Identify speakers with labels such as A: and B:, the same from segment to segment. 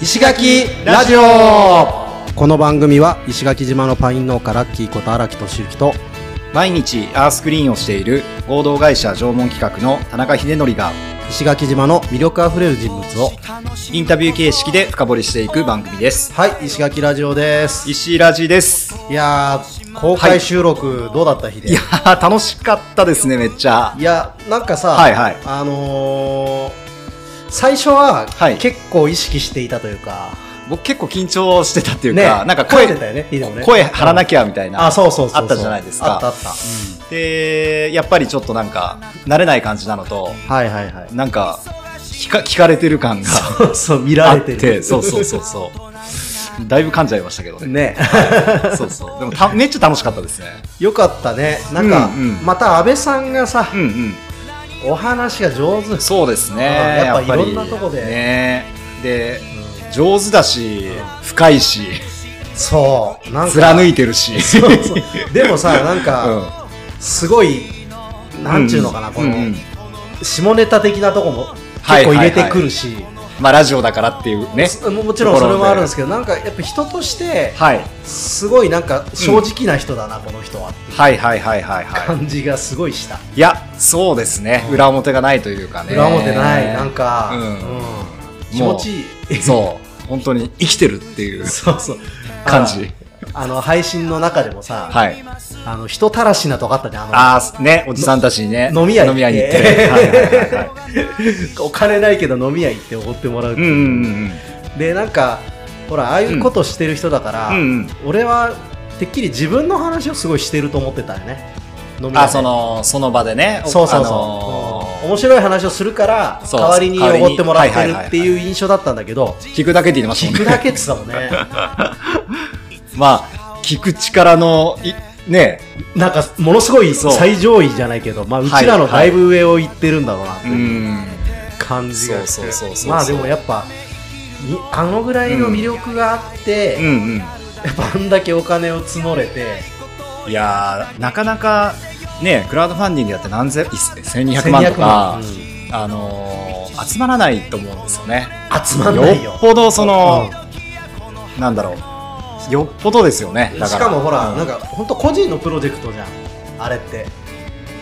A: 石垣ラジオこの番組は石垣島のパイン農家ラッキーこと荒木俊之と
B: 毎日アースクリーンをしている合同会社縄文企画の田中秀則が
A: 石垣島の魅力あふれる人物を
B: インタビュー形式で深掘りしていく番組です
A: はい石垣ラジオです
B: 石井ラジです
A: いやー公開収録どうだった日で、
B: いやー楽しかったですねめっちゃ
A: いやなんかさ、
B: はいはい
A: あのー最初は
B: はい
A: 結構意識していたというか、
B: 僕結構緊張してたっていう
A: ね
B: か、なんか
A: 書い
B: 声
A: てたよねリーダーもね
B: 声張らなきゃみたいな、
A: あそうそうそうそう
B: あったじゃないですか
A: あったあった、
B: でやっぱりちょっとなんか慣れない感じなのと
A: はいはいはい
B: なんか聞か聞かれてる感が
A: そう そう見ら
B: あ
A: れ
B: って
A: る
B: てそうそうそう そうだいぶ噛んじゃいましたけどね
A: ね
B: そうそう。でもためっちゃ楽しかったですね。
A: よかったねなんか、
B: うんうん
A: また安倍さんがさ
B: うんうん。
A: お話が上手
B: そうですね。
A: あやっぱ
B: り
A: いろんなとこで
B: ね。で、上手だし、深いし、
A: そうなんか
B: 貫いてるし。
A: そうそうでもさ なん
B: う
A: か
B: ん
A: すごい、なんちゅうのかな、この、
B: うんうん
A: 下ネタ的なとこも結構入れてくるし、
B: まあラジオだからっていうね。
A: すももちろんそれもあるんですけどなんかやっぱ人として
B: はい。
A: すごいなんか正直な人だな、この人はっていう
B: はいはいはい はいは
A: 感じがすごいした、
B: い。いや、そうですね。裏表がないというかね。
A: 裏表ないなんか、
B: う
A: うんん気持ちいい
B: そう。本当に生きてるっていう
A: そうそう
B: 感じ。
A: あの配信の中でもさ、
B: はい。
A: あの人たらしなとこあったねあの
B: ああ、ね、おじさんたちにね。
A: 飲み屋
B: 飲み屋に行って。
A: えー
B: はいは いはいはい。
A: お金ないけど飲み屋行っておごってもらうって
B: うん
A: いうう、
B: んうんうん。
A: でなんかほらああいうことしてる人だから、
B: うんうん
A: 俺はてっきり自分の話をすごいしてると思ってたよね飲み屋で
B: あそのその場でねお
A: そうそうそう、
B: あのー
A: うん面白い話をするから
B: そう
A: 代わりに
B: 代わりに
A: おごってもらってる
B: はいはいはいはい
A: っていう印象だったんだけど
B: 聞くだけって言いました
A: 聞く
B: もんね
A: だけって言ってたもんね
B: まあ聞く力のいね
A: なんかものすごい
B: そう
A: 最上位じゃないけど、まあ、う
B: はい
A: ちらのだいぶ上を行ってるんだろうなって
B: う
A: いうん感じがして、
B: そうそうそうそう
A: まあでもやっぱにあのぐらいの魅力があって、
B: うんうん
A: やっぱあんだけお金を募れて
B: いやーなかなかねクラウドファンディングやって何千い1200万とか、
A: 1200
B: あのー集まらないと思うんですよね
A: 集まんないよ
B: っぽどその、なんだろうよっぽどですよねだか
A: し
B: ら
A: かもほら、
B: うん
A: なんか本当個人のプロジェクトじゃんあれって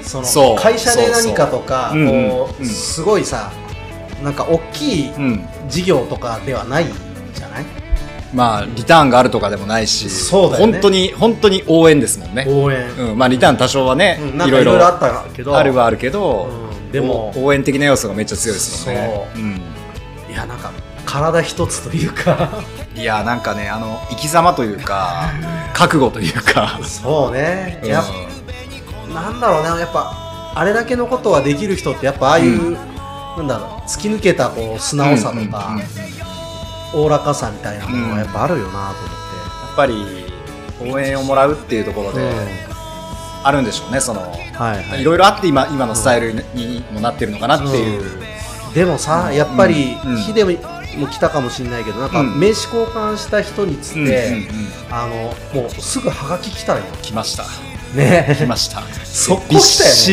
A: その
B: そう
A: 会社で何かとか
B: そうそううんうん
A: こう
B: うん
A: すごいさなんか大きい
B: うん
A: 事業とかではないじゃない、
B: まあリターンがあるとかでもないし
A: そうだよね
B: 本当に本当に応援ですもんね、
A: 応援、
B: うん、まあリターン多少はね、
A: うんなんかいろいろあったけど
B: あるはあるけど、
A: うんでも
B: お応援的な要素がめっちゃ強いですもんね。
A: いやなんか体一つというか
B: うんいやなんかねあの生き様という か覚悟というか、
A: そうね
B: うん
A: やっなんだろうなやっぱあれだけのことはできる人ってやっぱああいう、
B: う
A: なんだろう突き抜けたこう素直さと
B: うんうんうん
A: か
B: やっ
A: おおらかさみたいなものはやっぱあるよなと思って。
B: ぱり応援をもらうっていうところで
A: うん
B: あるんでしょうねその、
A: はい
B: い、
A: は
B: ろいろあって今今のスタイルにもなってるのかなっていう、
A: い、でもさやっぱり
B: うん
A: 日でもも来たかもしれないけどなんか
B: うん
A: 名刺交換した人につ
B: うん
A: って、
B: うんうん
A: あのもうすぐハガキ来たよ
B: 来ました来
A: ね
B: ました
A: そこ来たよね
B: びっ し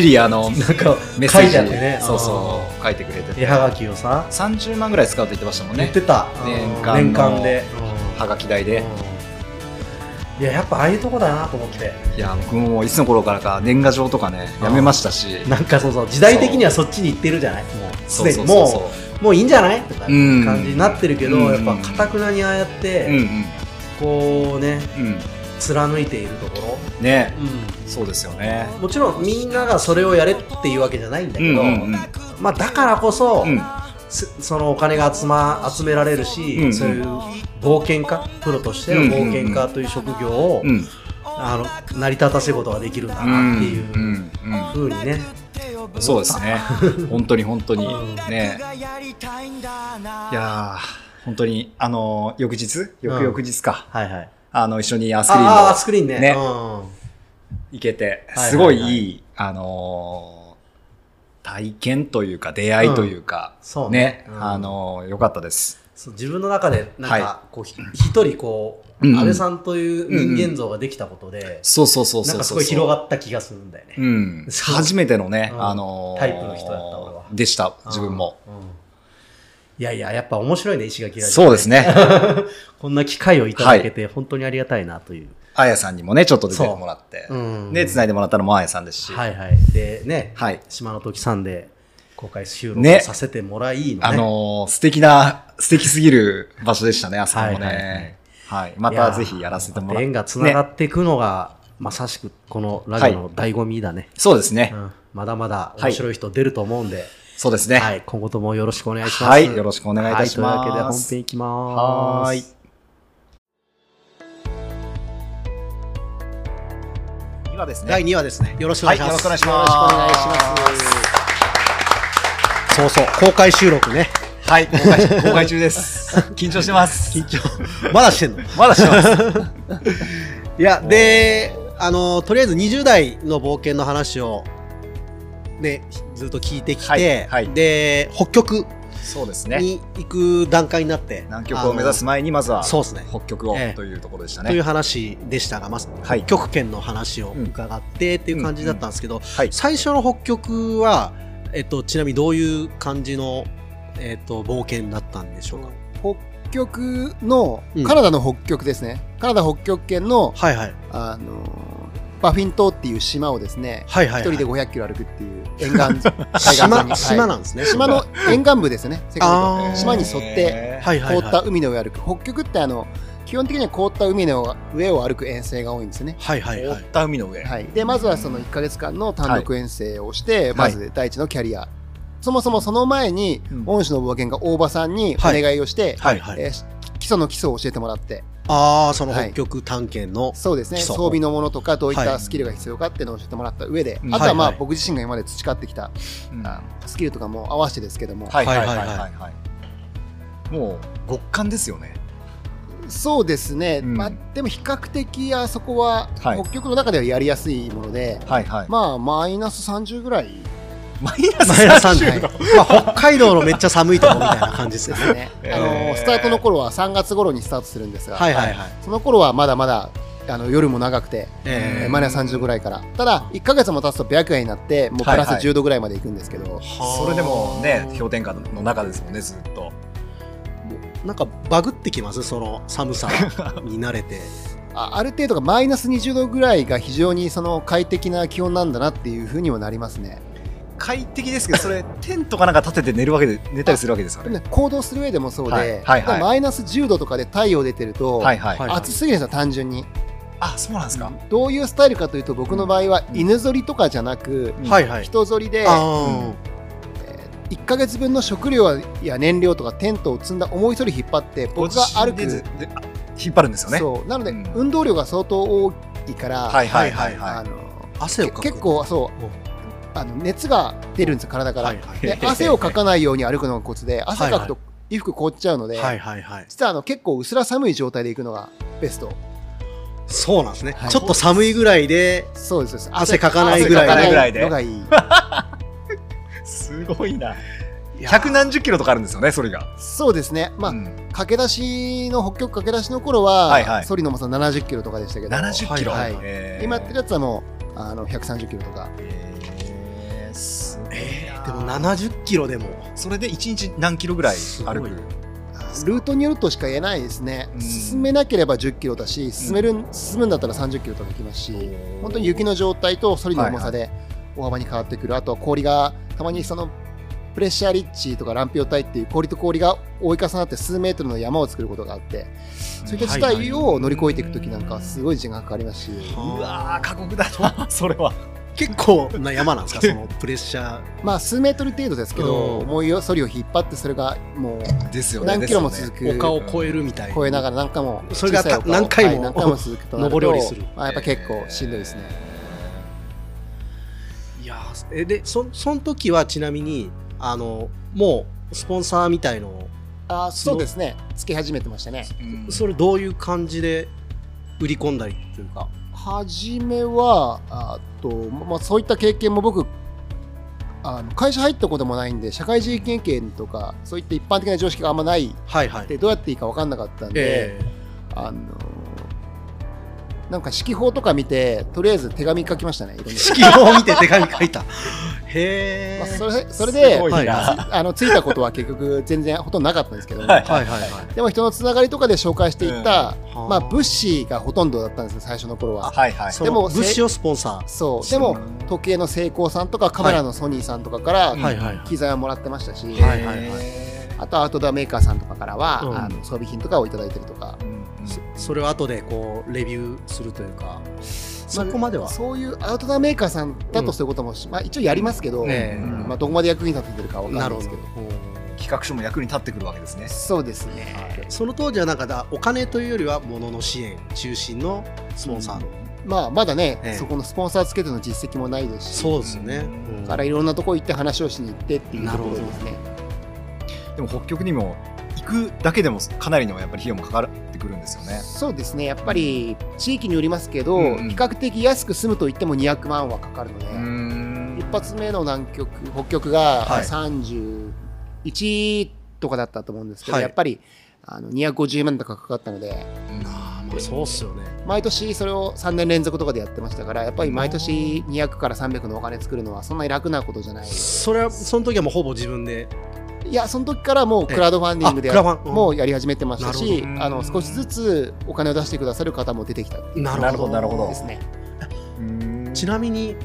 B: りあ
A: な
B: の
A: んか
B: メッセ
A: 書
B: ー
A: い
B: ジ
A: てあってね
B: そうそう書いてくれて
A: うん絵
B: て
A: はがきをさ、
B: 30万ぐらい使うって言ってましたもん
A: 言
B: ね
A: ってた
B: 年間
A: う
B: の
A: ん年間で、うん
B: はがき代で、
A: うんいややっぱああいうとこだなと思って
B: いや僕ももういつの頃からか年賀状とかねやめましたし
A: なんかそうそう時代的にはそっちに行ってるじゃないもうす
B: そう
A: で
B: そ
A: に
B: うそうそう
A: もうもういいんじゃないとかいう感じになってるけど、
B: うん
A: やっぱかたくなにああやって、
B: うんうん
A: こうね
B: うん
A: 貫いているとこ
B: ね
A: ろ、
B: そうですよね
A: もちろんみんながそれをやれっていうわけじゃないんだ
B: う
A: け
B: ん
A: ど、
B: うんうん
A: まあ、だからこそ、
B: うん
A: すそのお金が集,、ま、集められるし、
B: うんうん
A: そういう冒険家プロとしての冒険家という職業を、
B: うん
A: あの成り立たせることができるんだなっていううん
B: うん
A: ふうにね、
B: うんそうです ね本当に本当に
A: うん
B: ねいやー本当にあのー翌日翌々日か
A: はいはい
B: あの一緒にアースクリ
A: ああス
B: ーン
A: クリーンね
B: ね
A: うん、
B: 行けて
A: はいはいはい
B: すごいいいあのー体験というか出会いというか
A: そうね
B: ね
A: うん
B: あのー良かったです
A: そう自分の中でなん
B: は
A: かこうひ一人こう、
B: うんうん
A: 安倍さんという人間像ができたことで、
B: そうそうそうそう
A: な
B: そ
A: ん
B: う
A: かすごい広がった気がするんだよね、
B: うん、
A: そう
B: 初めてのね、
A: うん
B: あのー
A: タイプの人だった俺は
B: でした自分も、
A: うん、いやいや、やっぱ面白いね、石垣ラジオ。
B: そうですね。
A: こんな機会をいただけて、本当にありがたいなという。
B: あやさんにもね、ちょっと出てもらって。
A: うん
B: で、繋いでもらったのもあやさんですし。
A: はいはい。で、ね、
B: はい
A: 島の時さんで公開収録
B: ね
A: させてもらいの、ね
B: あのー素敵な、素敵すぎる場所でしたね、あそこ
A: は
B: も
A: いはいはい
B: ね。はい。またぜひやらせても
A: っ
B: ら
A: て。
B: っ
A: 縁
B: て。
A: がつなが
B: ね
A: っていくのが、まさしくこのラジオの醍醐味だね。
B: そうですね
A: う。ん、まだまだ面白い人出ると思うんで、
B: そうです
A: はい、
B: ね。
A: 今後ともよろしくお願いします。
B: はい。よろしくお願いいたします。
A: はい、というわけで本編いきます。
B: はーい。今ですね。
A: 第2話ですね。よろしくお
B: は
A: 願い
B: い。
A: しま
B: よ
A: す。
B: ろしくお願い
A: よ
B: し
A: ろ
B: ます。
A: しくお願いします。そうそう、公開収録ね。
B: はい。公開公開中 です。緊張してます。
A: 緊張。まだしてんの
B: まだして ます。
A: いや、で、あの、とりあえず20代の冒険の話を、ね、ずっと聞いてきて、
B: はいはい
A: で、北極
B: そうですね。
A: に行く段階になって、
B: 南極を目指す前に、まず
A: あ
B: は
A: のそうですね。
B: 北極を
A: ええ
B: というところでした
A: という
B: ね。
A: 話でしたが、まあ
B: はい
A: 北極圏の話を伺ってっていう感じだったんですけど、
B: はい。
A: 最初の北極は、えっと、ちなみにどういう感じの、えっと、冒険だったんでしょうか、
C: 北極の
A: うん、
C: カナダの北極ですね。カナダ北極圏の、
A: はいはい。
C: あのー、バフィン島っていう島をですね、
A: はいはい、
C: 一人で500キロ歩くっていう沿 岸、海岸沿いには
A: 島、
C: い
A: 島なんですね。
C: 島の沿岸部ですね、世界の
A: あー
C: 島に沿って
B: えー
A: はいはい、
C: 凍
A: はい。
C: った海の上を歩く。北極ってあの、基本的には凍った海の上を歩く遠征が多いんですよね。
A: はいはい
B: 凍
A: は
B: っ
A: い。
B: た海の上。
C: はい、でまずはその1か月間の単独遠征をして、
B: い
C: まず第一のキャリア、そもそもその前に、
B: うん
C: 恩師の冒険家大場さんにお願いをして、
A: はいはい。
C: えーし基礎の基礎を教えてもらって
A: ああ、その
C: はい
A: 北極探検の、
C: そうですね
A: 基礎
C: 装備のものとかどういっ
A: はい
C: たスキルが必要かっていうのを教えてもらった上で、
B: うん
C: あとはまあ、
A: はいはい
C: 僕自身が今まで培ってきた
B: うん
C: あスキルとかも合わせてですけども、
B: はいい
A: は
B: はいい
A: は
B: はいい
A: はい
B: はい。もう極寒ですよね。
C: そうですね、
B: うん
C: まあ、でも比較的あそこは
B: はい
C: 北極の中ではやりやすいもので、
B: はいはい。
C: まあマイナス30ぐらい
B: マイナ
A: マイナス
B: ス
A: 30
B: 30 度。、
A: まあ、北海道のめっちゃ寒いとこみたいな感じですよ
C: です
A: ね。
C: ね
B: えー
C: あのスタートの頃は3月頃にスタートするんですが、
A: はいはいはい。
C: その頃はまだまだあの夜も長くて、
A: え
C: え
A: ー
C: ーマイナス30ぐらいから、ただ1か月も経つと白夜になって、もうプラス10度ぐらいまでいくんですけど、
B: それでもね、氷点下の中ですもんね、ずっと。
A: なんかバグってきますその寒さに慣れて。
C: あある程度がマイナス20度ぐらいが非常にその快適な気温なんだなっていうふうにもなりますね。
B: 快適ですけど、それ、テントかなんか立てて寝るわけで、寝たりするわけですよ
C: でも
B: ね。
C: ね行動する上でもそうで、
A: はい
B: はいはい
C: マイナス10度とかで太陽出てると、
B: はいはい。
A: はい
C: 暑すぎるんですよ、単純に。
B: あ、そうなんですか。
C: どういうスタイルかというと、僕の場合は犬ぞりとかじゃなく、
A: はいはい。
C: 人ぞりで、
A: あ
C: 1ヶ月分の食料や燃料とかテントを積んだ重いそり引っ張って僕が歩
B: ご自身
C: く
B: でであ引っ張るんですよね。
C: そうなので、
B: うん
C: 運動量が相当大きいから、
B: はいはいはいは
C: あ
B: い。
C: の
A: あ、汗を
C: け
A: かく。
C: 結構そう
A: うん。
C: あの熱が出るんですよ体から、
A: はいはい。
C: で汗をかかないように歩くのがコツで汗かくと衣服凍っちゃうので、
A: はいはいはい。
C: 実はあの結構うすら寒い状態で行くのがベスト
A: そうなんですね、
C: はい
A: ちょっと寒いぐらいで、
C: そうですそうです
A: 汗かかないぐらい
C: 汗かかない
B: で
C: のがいい
B: すごいな。
A: いや
B: 百何十キロとかあるんですよね、それが。
C: そうですねまあ、
B: うん
C: 駆け出しの北極駆け出しの頃は、
B: はいはい
C: ソリの重さ70キロとかでしたけど
B: 70キロ。
C: はいはい
B: えー
C: 今やってるやつはもうあの130キロとか
B: えーすごいな
A: えー、でも70キロでも、
B: それで一日何キロぐらい歩く
A: すごい
C: ルートによるとしか言えないですね、
B: うん
C: 進めなければ10キロだし進める、進むんだったら30キロとか行きますし、本当に雪の状態とソリの重さで大幅に変わってくる、あとは氷がたまにそのプレッシャーリッチとか乱氷帯っていう氷と氷が追い重なって数メートルの山を作ることがあってそういった事態を乗り越えていくときなんかはすごい時間がかかりますし、
B: うわー過酷だ なそれは
A: 結構な山なんです か、そのプレッシャー。
C: まあ数メートル程度ですけど、
A: うん
C: 重いソリを引っ張ってそれがもう
B: ですよね
C: 何キロも
B: ですよ
C: 続
B: ね
C: く
A: 丘を越えるみたいな。
C: 超えながら何回も
A: それが
C: 小さい丘を
A: 何回も
C: はい何回も続くと なると
A: 登り降りする
C: まあ、やっぱ結構しんどいですね、
A: いやーえでそその時はちなみにあのもうスポンサーみたいのを
C: あそうですねつけ始めてましたね
B: うん
A: それどういう感じで売り込んだりっていうか
C: 初めはあと、まあ、そういった経験も僕あの会社入ったこともないんで社会人経験とかそういった一般的な常識があんまない
A: はいはい
C: でどうやっていいか分かんなかったんで、
A: え
C: あのなんか指揮法とか見て、とりあえず手紙書きましたね、いろんな
A: 式を見て手紙書いた。へ
C: まあ、
A: え。
C: それそ
B: す
C: れで
B: ごいな。
C: あのついたことは結局全然ほとんどなかったんですけど、
B: はい
A: はいはいはい。
C: でも人のつながりとかで紹介していった、
A: うん
C: まあ、物資がほとんどだったんですね最初の頃は。
B: はいはい。
A: そ
C: で
A: の
C: も
A: 物資をスポンサ
C: そうでも時計のセイコーさんとかカメラのソニーさんとかから
A: ー。
B: うん
A: はいはいはい。
C: 機材をもらってましたし、
A: はいはい
C: あとアウトドアメーカーさんとかからは、
A: うん
C: あの装備品とかをいただいたりとか、
A: そそれを後でこうレビューするというか、そこまでは。
C: そういうアウトドアメーカーさんだとそういうこともし、まあ、一応やりますけど、
A: ええ
C: まあ、どこまで役に立ててるかは分かんな
A: ないるほ
C: です
A: ど
C: けど。。
B: 企画書も役に立ってくるわけですね。
C: そうですね、
A: その当時はなんかだお金というよりは物の支援中心のスポンサーの、
C: まあ、まだね、
A: ええ
C: そこのスポンサーつけての実績もないですし
A: そうですね、
C: だからいろんなとこ行って話をしに行ってっていうところですね。
B: でも北極にも行くだけでもかなりのやっぱり費用もかかってくるんですよね。
C: そうですねやっぱり地域によりますけど、
B: うんうん
C: 比較的安く済むと言っても200万はかかるので、
B: ん
C: 一発目の南極北極が
A: はい
C: 31とかだったと思うんですけど、
A: はい
C: やっぱりあの250万とかかかったので
A: あーまあそうっすよね
C: 毎年それを3年連続とかでやってましたからやっぱり毎年200から300のお金作るのはそんなに楽なことじゃない
A: それはその時はもうほぼ自分で
C: いやその時からもうクラウドファンディングで
A: ええあクラファンうん
C: もうやり始めてました
B: な
C: し、
B: るほど
C: あの少しずつお金を出してくださる方も出てきたっていう
A: な
B: るほどなるほど
C: ですね
A: ちなみに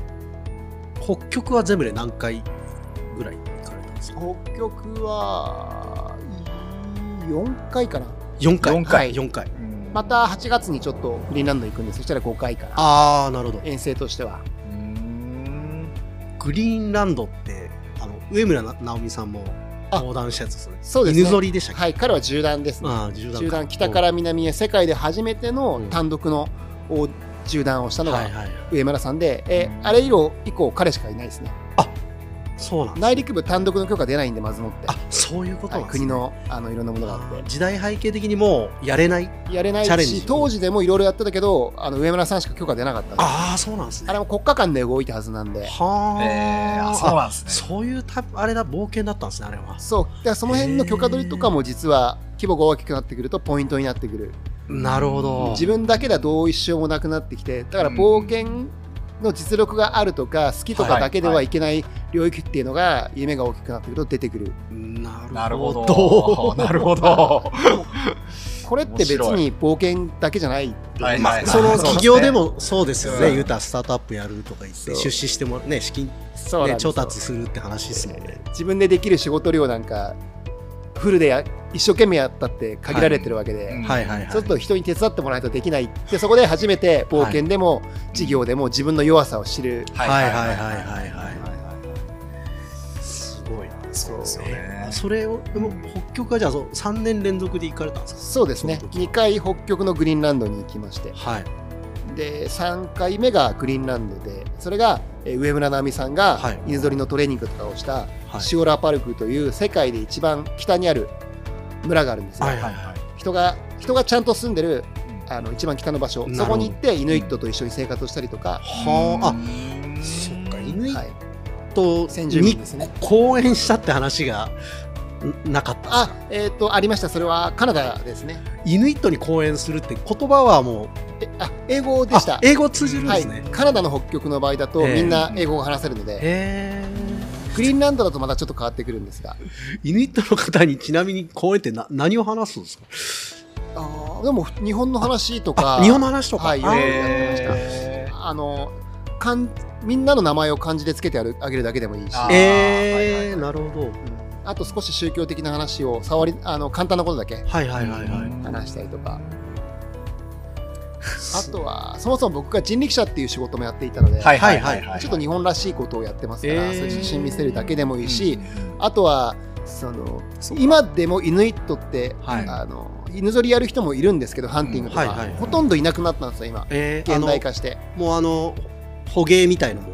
A: 北極は全部で何回ぐらい行かれたんですか
C: 北極は4回かな
A: 4回
B: 四回
A: 4回
C: また8月にちょっとフリーランド行くんでそしたら5回かな
A: ああなるほど
C: 遠征としては
A: グリーンランドってあの上村な直美さんも
C: あ
A: 横断したやつですね
C: そうですね
A: 犬ぞりでしたっけ、
C: はい彼は縦断ですね
A: ああ縦断か
C: 縦断北から南へ世界で初めての単独の横縦断をした
A: うん
C: の
A: はい
C: が
A: はいはい
C: 上村さんで、えーあれ以降以降彼しかいないですね
A: そうなんだ
C: 内陸部単独の許可出ないんでまずもって
A: あそういうこと
C: は
A: ないんですね
C: 国のあのいろんなものがあっ
A: 時代背景的にもうやれない
C: てやれな
A: チャレ
C: い
A: ン
C: し
A: ジ
C: 当時でもいろいろやってたけどあの上村さんしか許可出なかったんで
A: ああそうなんですね
C: あれも国家間で動いたはずなんで
A: はあ、
B: えー、あそう
A: あ
B: なんですね。
A: そういうタあれだ冒険だったんですねあれは
C: そうだからその辺の許可取りとかも実は規模が大きくなってくるとポイントになってくる
A: なるほど
C: 自分だけではどう一生もなくなってきてだから冒険の実力があるとか好きとかだけではいけない領域っていうのが夢が大きくなってくると出てくる
B: な
A: な
B: る
A: る
B: ほ
A: ほど
B: ど。なる ほど。
C: これって別に冒険だけじゃない
B: はい
A: ま
B: は
A: あ、
B: い
A: その企業でもそうですよ
B: う
A: ね、
B: ん
A: 言うたらスタートアップやるとか言って、
C: そう
A: 出資してもらね、資金、
C: そうなん
A: ね、
C: です
A: 調達するって話ですもんね。
C: 自分でできる仕事量なんかフルでや一生懸命やったって限られてるわけで、
B: はいうん
A: はいはいはい。
C: ちょっと人に手伝ってもらわないとできないでそこで初めて冒険でも事業でも自分の弱さを知る
B: はい
A: はいはいはいはいはい。すごいな。
B: そうですよね
A: え。それを、でも北極はじゃあそう、3年連続で行かれたんですか
C: そうですね
A: その時
C: 2回北極のグリーンランドに行きまして
A: はい。
C: で3回目がグリーンランドでそれがえー上村直美さんが
A: はい
C: 犬ぞりのトレーニングとかをした
A: はい。
C: シオラパルクという世界で一番北にある村があるんですよ、
A: はいはいはい。
C: 人が人がちゃんと住んでるあの一番北の場所
A: なる
C: そ
A: ほど
C: こに行ってイヌイットと一緒に生活をしたりとか、
A: はあ、
B: あ
A: あ、そっか、イ
C: は
A: ヌイッ
C: い、
A: ト
C: 先住民
A: に
C: ですね
A: 講演したって話がんなかったんですか
C: あえっ、とありましたそれはカナダですね
A: イヌイットに講演するって言葉はもう
C: えあ英語でした
A: あ英語通じるん
C: は
A: で
C: い
A: すね、、
C: カナダの北極の場合だと
A: ええ
C: みんな英語が話せるので、
A: へ
C: グリーンランドだとまたちょっと変わってくるんですが
A: えイヌイットの方にちなみに講演ってな何を話すんですか
C: あーでも日本の話とか
A: あ日本の話とか、
C: はい
A: あ
C: え
B: え
C: あのかんみんなの名前を漢字でつけてあるあげるだけでもいいし
B: あ
C: あ,、
B: ー
A: えー
B: はいはいはい
A: なるほど
C: と少し宗教的な話を触りあの簡単なことだけ
A: はいはいはいはい
C: 話したりとかあとはそもそも僕が人力車っていう仕事もやっていたので、
B: はいはいはいはい。
C: ちょっと日本らしいことをやってますから、
A: えー
C: それ自信見せるだけでもいいし、
B: うん
C: あとはその
B: そうか
C: 今でもイヌイットって、
A: はい
C: あの犬ぞりやる人もいるんですけどハンティングとか、
A: うんはいはい
C: ほとんどいなくなったんですよ今
A: えー、あ
C: 現
A: の
C: 代化して
A: もうあの捕鯨みたいのも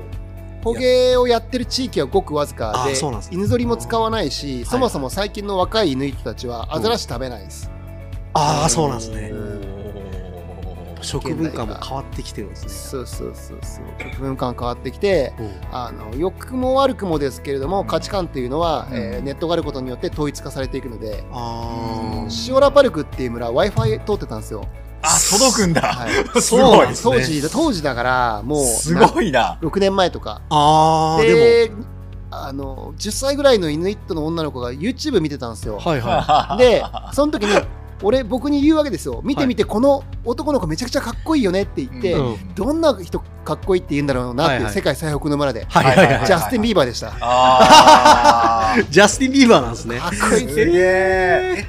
C: 捕鯨をやってる地域はごくわずか
A: あ
C: で
A: そうなんですね
C: 犬ぞりも使わないし、
A: い
C: そもそも最近の若いイヌイットたちはアザラシ食べないです、
A: ああそうなんですね
B: おー
A: 食文化も変わってきてるんですね
C: そうそうそうそう文化が変わってきて
A: うん
C: あの良くも悪くもですけれども価値観っていうのは、
B: うん
C: えーネットがあることによって統一化されていくので、
A: あー
C: シオラパルクっていう村 w i f i 通ってたんですよ
B: あ、届くんだ。
C: はい
B: すごい。
A: そう
C: 当
A: です
C: 時、当時だから、もう、
B: すごいな。
C: 6年前とか。
A: ああ、で
C: で、あの、10歳ぐらいのイヌイットの女の子が YouTube 見てたんですよ
A: も。。はい は
C: で、その時に、俺、僕に言うわけですよ。見てみて、この男の子めちゃくちゃかっこいいよねって言って、
A: うん
C: どんな人かっこいいって言うんだろうなっていう、
A: はいはい
C: 世界最北の村で、
A: い。はいはいはい。
C: ジャスティン・ビーバーでした。
B: あ ー
A: ジャスティン・ビーバーなんですね
C: か。っこいい
B: すげえ。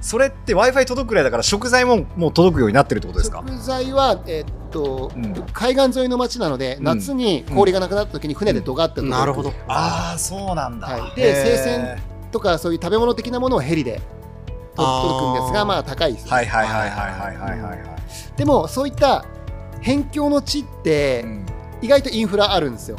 B: それって Wi-Fi 届くくらいだから食材ももう届くようになってるってことですか
C: 食材は、えっと、
B: うん
C: 海岸沿いの町なので、
B: うん
C: 夏に氷がなくなった時に船でドガって、
A: なるほど。
B: ああ、そうなんだ。
C: はいで
B: へー
C: 生鮮とかそういう食べ物的なものをヘリで取
A: あー
C: 取るんですがまあ高いです、
B: はいはいはいはいはいはいはいはい。
C: でもそういった辺境の地って
B: うん
C: 意外とインフラあるんですよ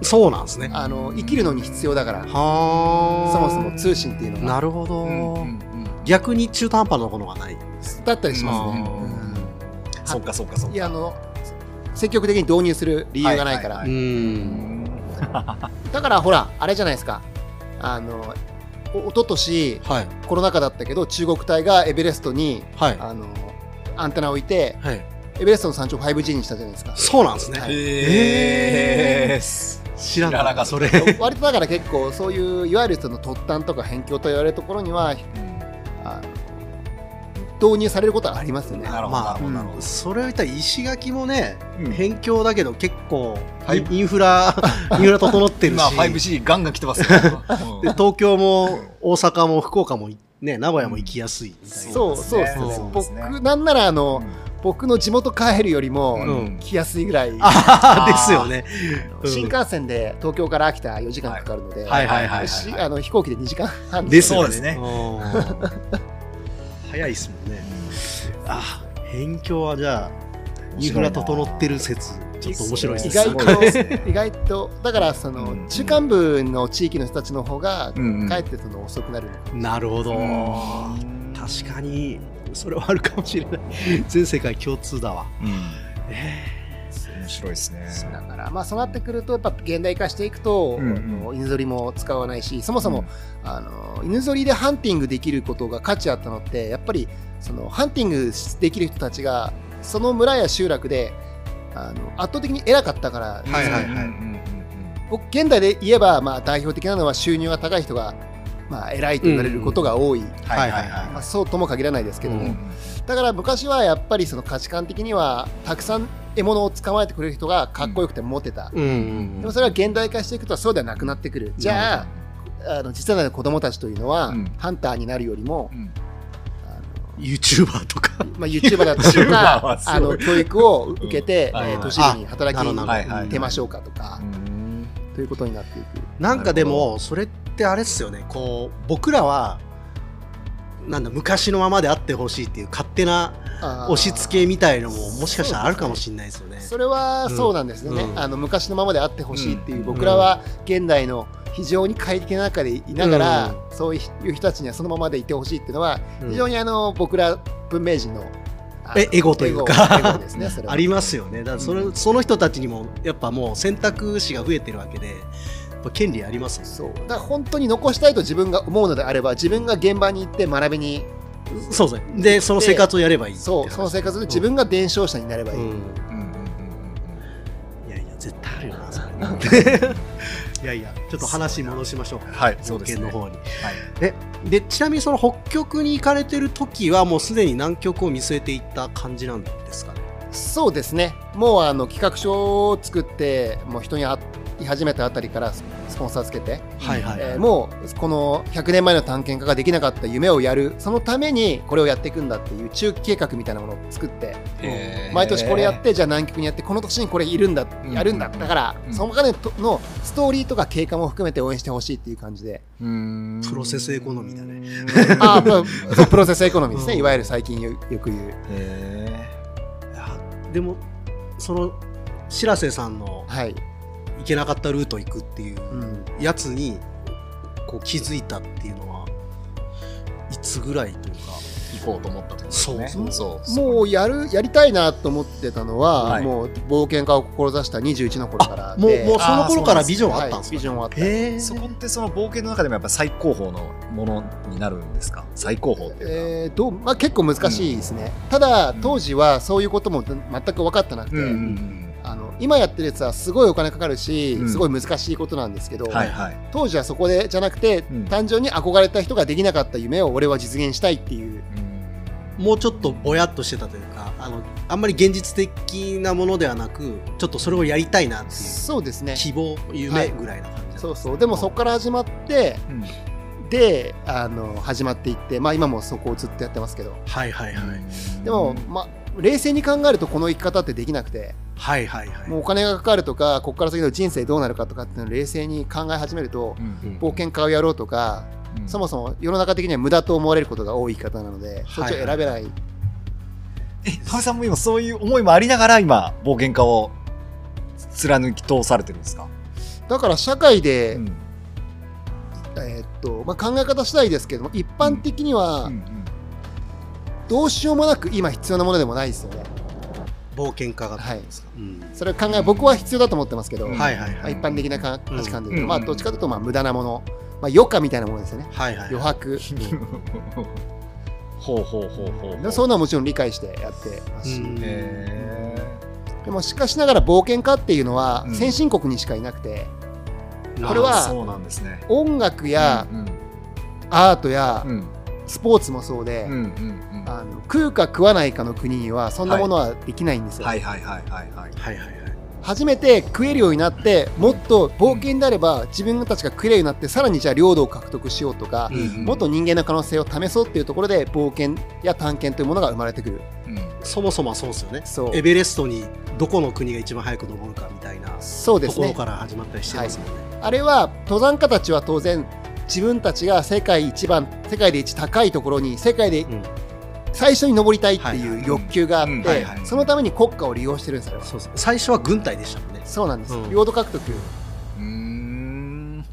A: そうなんですね。は
C: あの生きるのに必要だから
A: あ。
C: そもそも通信っていうのが
A: なるほど、
B: うんうんうん
A: 逆に中途半端なものがない。
C: だったりしますね、
B: うんそっかそっかそっ
C: い
B: か。
C: やあの積極的に導入する理由がないから、
B: は
A: う。
B: うんん
C: だからほらあれじゃないですかあのお一昨年
A: はい。
C: コロナ禍だったけど中国隊がエベレストに
A: はい。
C: あのアンテナを置いて
A: はい。
C: エベレストの山頂を 5G にしたじゃない ですか
A: そうなんですね。
C: はい
B: えー
A: 知ら
B: 知らな
A: な
B: か
A: か
B: った
A: それ。
C: 割とだから結構そういういわゆるその突端とか辺境と言われるところにはあ導入されることはありますよね
B: なるほど
A: ま
B: な
A: あ
B: るほどなるほど。
A: それを言ったら石垣もね、
B: うん
A: 辺境だけど結構、
B: はい
A: インフ ラ、インフラ整ってるし、
B: 今 5G ガンガン来てますよ。
A: で東京も大阪も福岡も、ね、名古屋も行きやすいみたいな。
C: そう
B: そう
C: そう
B: で
C: ですす
B: ね
C: ね
B: そうです
C: 僕
B: ね
C: なんならあの、
B: うん
C: 僕の地元帰るより
B: う
C: も
B: ん
C: 来やすいぐらい、
A: あー ですよね。うん
C: 新幹線で東京から秋田4時間かかるので、
A: はいはいはいはい
C: しあの飛行機で2時間半
A: ですよ
B: そうですね
A: うん早いですもんね。あ、辺境はじゃあ、インフラ整ってる説、ちょっと面白いで
C: 意
A: すね。
C: 外
B: すごいです
C: と意外とだからその、
B: うん
C: 中間部の地域の人たちの方が
B: うんうん
C: 帰ってその遅くなる、
A: なるほど。
B: うん
A: 確かに、それはあるかもしれない。全世界共通だわ。
B: うん
A: え
B: 面白いですね。
C: だからまあそうなってくるとやっぱ現代化していくと、
B: うんうん
C: あの犬ぞりも使わないしそもそも、あの犬ぞりでハンティングできることが価値あったのってやっぱりそのハンティングできる人たちがその村や集落であの圧倒的に偉かったから、
B: うん、
A: はいはいはい
B: うんうんうん
C: 僕現代で言えば、まあ、代表的なのは収入が高い人が、まあ、偉いと言われることが多い、
B: はいはいはい
C: まあ、そうとも限らないですけども、
A: う
C: だから昔はやっぱりその価値観的にはたくさん獲物を捕まえてくれる人がかっこよくてモテた、
A: ーうん
C: でもそれは現代化していくとそうではなくなってくる、じゃああの次世代の子供たちというのは、
B: うん
C: ハンターになるよりも、
B: うん
C: あの
A: YouTuber とか。
C: まあ、YouTuber だったりと
B: YouTuber は
C: か
B: すごい
C: あの教育を受けて、
B: うんはいはい
C: えー都市部に働き
A: あなるほど
B: はいはい
C: に出ましょうかとか、
B: うん
C: ということになっていく。
A: なんかでも、それってあれっすよね。こう、僕らは、なんだ、昔のままであってほしいっていう勝手な
C: あー
A: 押し付けみたいのも、もしかしたらあるかもしれないですよね。
C: それはそうなんですよね、
A: うん
C: あの昔のままであってほしいっていう、
B: うん
C: 僕らは現代の非常に快適な中でいながら、
A: う
C: そういう人たちにはそのままでいてほしいっていうのは、
A: うん
C: 非常にあの僕ら文明人のあの
A: えエゴというか
C: エゴエゴですねそれは
A: ありますよね。だからそれ、
B: う
A: その人たちにも、やっぱもう選択肢が増えてるわけで、やっぱ権利ありますよね。
C: そうだから本当に残したいと自分が思うのであれば自分が現場に行って学びに
A: そうですね。で、その生活をやればいいってい
C: そうその生活で自分が伝承者になればいい、
A: うん
B: うんうんうん
A: いやいや、絶対あるよな、それいやいや、ちょっと話戻しましょう
B: うん
A: か。
B: はいそ
A: 条
B: うです
A: 件
B: ね
A: の方に。
B: はい
A: えでちなみにその北極に行かれてる時はもうすでに南極を見据えていった感じなんですかね。
C: そうですねもうあの企画書を作ってもう人に会い始めたあたりからススポンサーつけて
A: はいはい。
C: えーもうこの100年前の探検家ができなかった夢をやるそのためにこれをやっていくんだっていう中期計画みたいなものを作って
B: へー
C: 毎年これやってじゃあ南極にやってこの年にこれいるんだ
B: うん
C: やるんだだから
B: うん
C: その中でとのストーリーとか経過も含めて応援してほしいっていう感じで
B: うん
A: プロセスエコノミーだ
B: ね
C: あープロプロセスエコノミーですね
A: うん
C: いわゆる最近よよく言う
B: へ
A: いやでもその白瀬さんの
C: はい、
A: 行けなかったルート行くっていう
C: うん、
A: やつにこう気づいたっていうのはいつぐらいというか。
D: 行こうと思った時です
B: そう
D: ね。
B: そう
D: そう
C: もうやるやりたいなと思ってたのは、
B: はい
C: もう冒険家を志した21の頃から
A: もう、
C: で
A: もうその頃から
B: あーそうなんです
A: ビジョンはあったん
C: は
A: で
C: い
A: す
C: ビジョンはあっ
A: か、
C: た
A: へえ
B: そこってその冒険の中でもやっぱ最高峰のものになるんですか最高峰っていう
C: えーどうまあ、結構難しいですね、ただ当時はそういうことも全く分かってなくて、
B: のは。うんうん
C: あの今やってるやつはすごいお金かかるし、
B: うん
C: すごい難しいことなんですけど、
B: うん。はいはい。
C: 当時はそこでじゃなくて、
B: うん
C: 単純に憧れた人ができなかった夢を俺は実現したいっていう
A: もうちょっとぼやっとしてたというか、あの、あんまり現実的なものではなく、ちょっとそれをやりたいなっていう、
C: そうですね
A: 希望、夢ぐらいな感じだ
C: そうそうでもそこから始まって
B: うん
C: であの始まっていって、まあ、今もそこをずっとやってますけど
A: はいはいはい。
C: でも、まあ、冷静に考えるとこの生き方ってできなくて
A: はいはいはい。
C: もうお金がかかるとかここから先の人生どうなるかとかっていうのを冷静に考え始めると
B: うん
C: 冒険家をやろうとか
B: うん
C: そもそも世の中的には無駄と思われることが多い生き方なのでそっちを選べない
B: え、かみさんも今そういう思いもありながら今、冒険家を貫き通されてるんですか
C: だから社会で、
B: うん
C: えーっとまあ、考え方次第ですけども一般的には
B: うんうん
C: どうしようもなく今必要なものでもないですよね、
A: 冒険家が。
C: はい、
A: うん。
C: それを考え僕は必要だと思ってますけど、
B: うん
C: ま
A: はいはい
C: あ、
A: はい。
C: 一般的なか価値観でいうと、
B: うん
C: まあ、どっちかというとまあ無駄なもの、まあ、余暇みたいなものですよね
A: はいはい
C: 余。 白
B: ほうほうほうほうほ
C: で
B: う。
C: そういうのはもちろん理解してやってますし、
A: うん
B: へ
C: でもしかしながら冒険家っていうのは
B: うん
C: 先進国にしかいなくて、
B: ー
C: これは
B: あーそうなんですね。
C: 音楽や
B: うん
C: アートや
B: うん
C: スポーツもそうで、
B: うんうんうんは
C: あの食うか食わないかの国にはそんなものはできないんです
B: い
C: よ、
B: はいはいはいはい。
A: はいはいはい。
C: 初めて食えるようになってもっと冒険であれば自分たちが食えるようになってさらにじゃあ領土を獲得しようとか、
A: うん
C: もっと人間の可能性を試そうっていうところで冒険や探検というものが生まれてくる
B: うん
A: そもそもはそうですよね。
C: そう
A: エベレストにどこの国が一番早く登るかみたいな
C: そうで
A: と
C: す
A: ころ
C: ね
A: から始まったりしてますもんね。
C: あれは登山家たちは当然自分たちが世界一番世界で一高いところに世界で
A: うん
C: 最初に登りたいって
A: はいはい
C: い
A: は
C: う
A: い
C: 欲求があっ
B: うんはい
C: て
B: はい
C: そのために国家を利用してるんですあれは
A: そうそう最初は軍隊でしたもんね。
C: そうなんです、
A: うん
C: 領土獲得
B: うーん。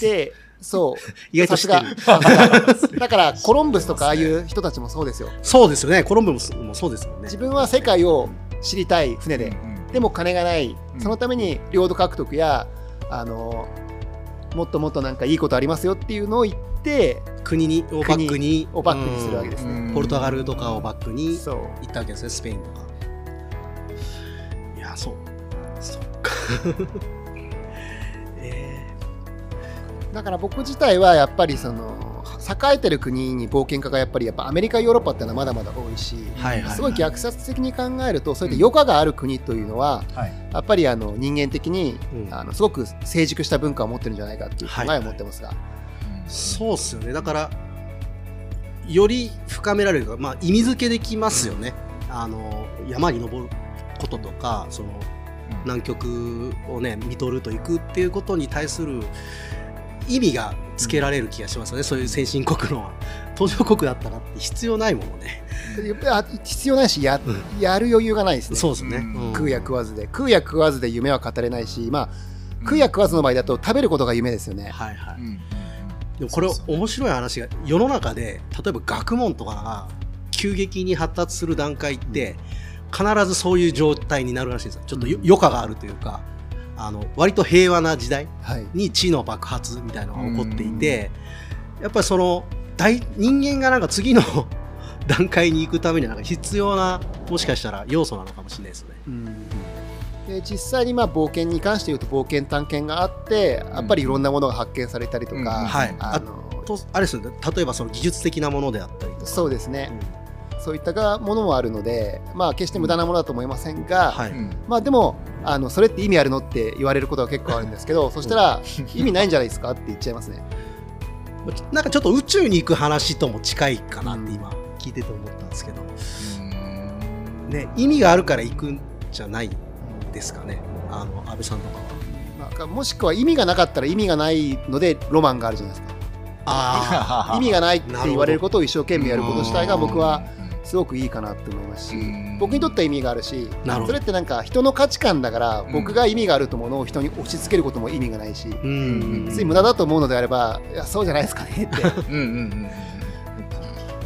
C: でそう
A: 意外と
C: さ
A: 知
C: す
A: って
C: が
A: る。
C: だからコロンブスとかああいう人たちもそうですよ
A: そうですよね。コロンブももそうですもんね
C: 自。分は世界を知りたい船で、
B: うん
C: でも金がない、
B: うん
C: そのために領土獲得やあのもっともっとなんかいいことありますよっていうのを言って
A: 国にをバックに
C: をバックにするわけですね。
B: うん
A: ポルトガルとかをバックに行
C: そう
A: ったわけですね。スペインとか。いやそう。そっか。 え
C: だから僕自体はやっぱりその栄えてる国に冒険家がやっぱりやっぱアメリカヨーロッパってのはまだまだ多いし、
A: ーはいはい。
C: すごい逆説的に考えるとそうやって余暇がある国というのは、
B: はい
C: やっぱりあの人間的に、
A: うん
C: あのすごく成熟した文化を持ってるんじゃないかっていう考えを持ってますが、
A: そうっすよね。だから、より深められるか、まあ、意味付けできますよね。あの、山に登ることとか、その、南極をね、見とると行くっていうことに対する意味がつけられる気がしますよね。そういう先進国の、途上国だったらって必要ないものね。
C: やっぱりあ必要ないしや,、
A: うん
C: やる余裕がないですね。
A: そうですね。
B: うん
C: 食うや食わずで食うや食わずで夢は語れないし、まあ、食うや
B: く。
C: 食わずの場合だと食べることが夢ですよね。
A: はいは
B: う
A: い。
B: ん
A: でもこれ
B: そうそう
A: 面白い話が世の中で例えば学問とかが急激に発達する段階って必ずそういう状態になるらしいんですよちょっとよ余暇があるというかあの割と平和な時代
C: はい、
A: に地の爆発みたいなのが起こっていてやっぱりその大人間がなんか次の 段階に行くためにはなんか必要なもしかしたら要素なのかもしれないですね。
C: うんで実際にまあ冒険に関して言うと冒険探検があってやっぱりいろんなものが発見されたりとか、
B: うん
A: はい
C: あの
A: とあれですよね例えばその技術的なものであったりとか。
C: そうです
A: う
C: ね
A: ん
C: そういったがものもあるので、まあ、決して無駄なものだと思いませんが、
A: はい
B: うん
C: まあ、でもあのそれって意味あるのって言われることが結構あるんですけどそしたら意味ないんじゃないですかって言っちゃいますね。
A: なんかちょっと宇宙に行く話とも近いかなって今聞いてて思ったんですけど、
B: うん
A: ね、意味があるから行くんじゃないですかねあの安倍さんとかは。
C: まあ、もしくは意味がなかったら意味がないのでロマンがあるじゃないですか。
A: あ
C: 意味がないって言われることを一生懸命やること自体が僕はすごくいいかなって思いますし
B: うん
C: 僕にとっては意味があるし
A: なるほど
C: それってなんか人の価値観だから
B: うん
C: 僕が意味があると思うのを人に押し付けることも意味がないし
A: あうん
C: つい無駄だと思うのであればいやそうじゃないですかねって
B: うんうんうんうん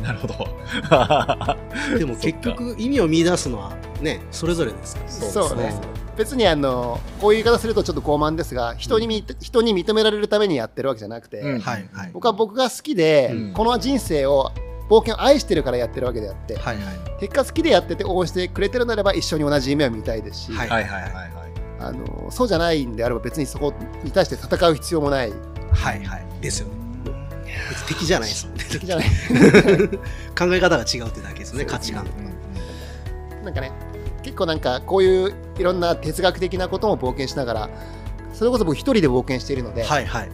B: ななるほど。
A: でも結局意味を見出すのはね それぞれですから
C: そうね別にあのこういう言い方するとちょっと傲慢ですが人にみ、人に認められるためにやってるわけじゃなくて、
B: うん
A: はいはい
C: 僕は僕が好きで、
B: うん
C: この人生を冒険を愛してるからやってるわけであって、
A: はいはい
C: 結果好きでやってて応援してくれてるならば一緒に同じ夢を見たいですし、
A: はい
B: はいはいはいはい。
C: あのそうじゃないんであれば別にそこに対して戦う必要も ない
A: はいはいですよね別に敵じゃないですもんね
C: 敵じゃない
A: 考え方が違うってだけですね価値観
B: うんうん
C: なんかね結構なんかこういういろんな哲学的なことも冒険しながらそれこそ僕一人で冒険しているので、
A: はいはい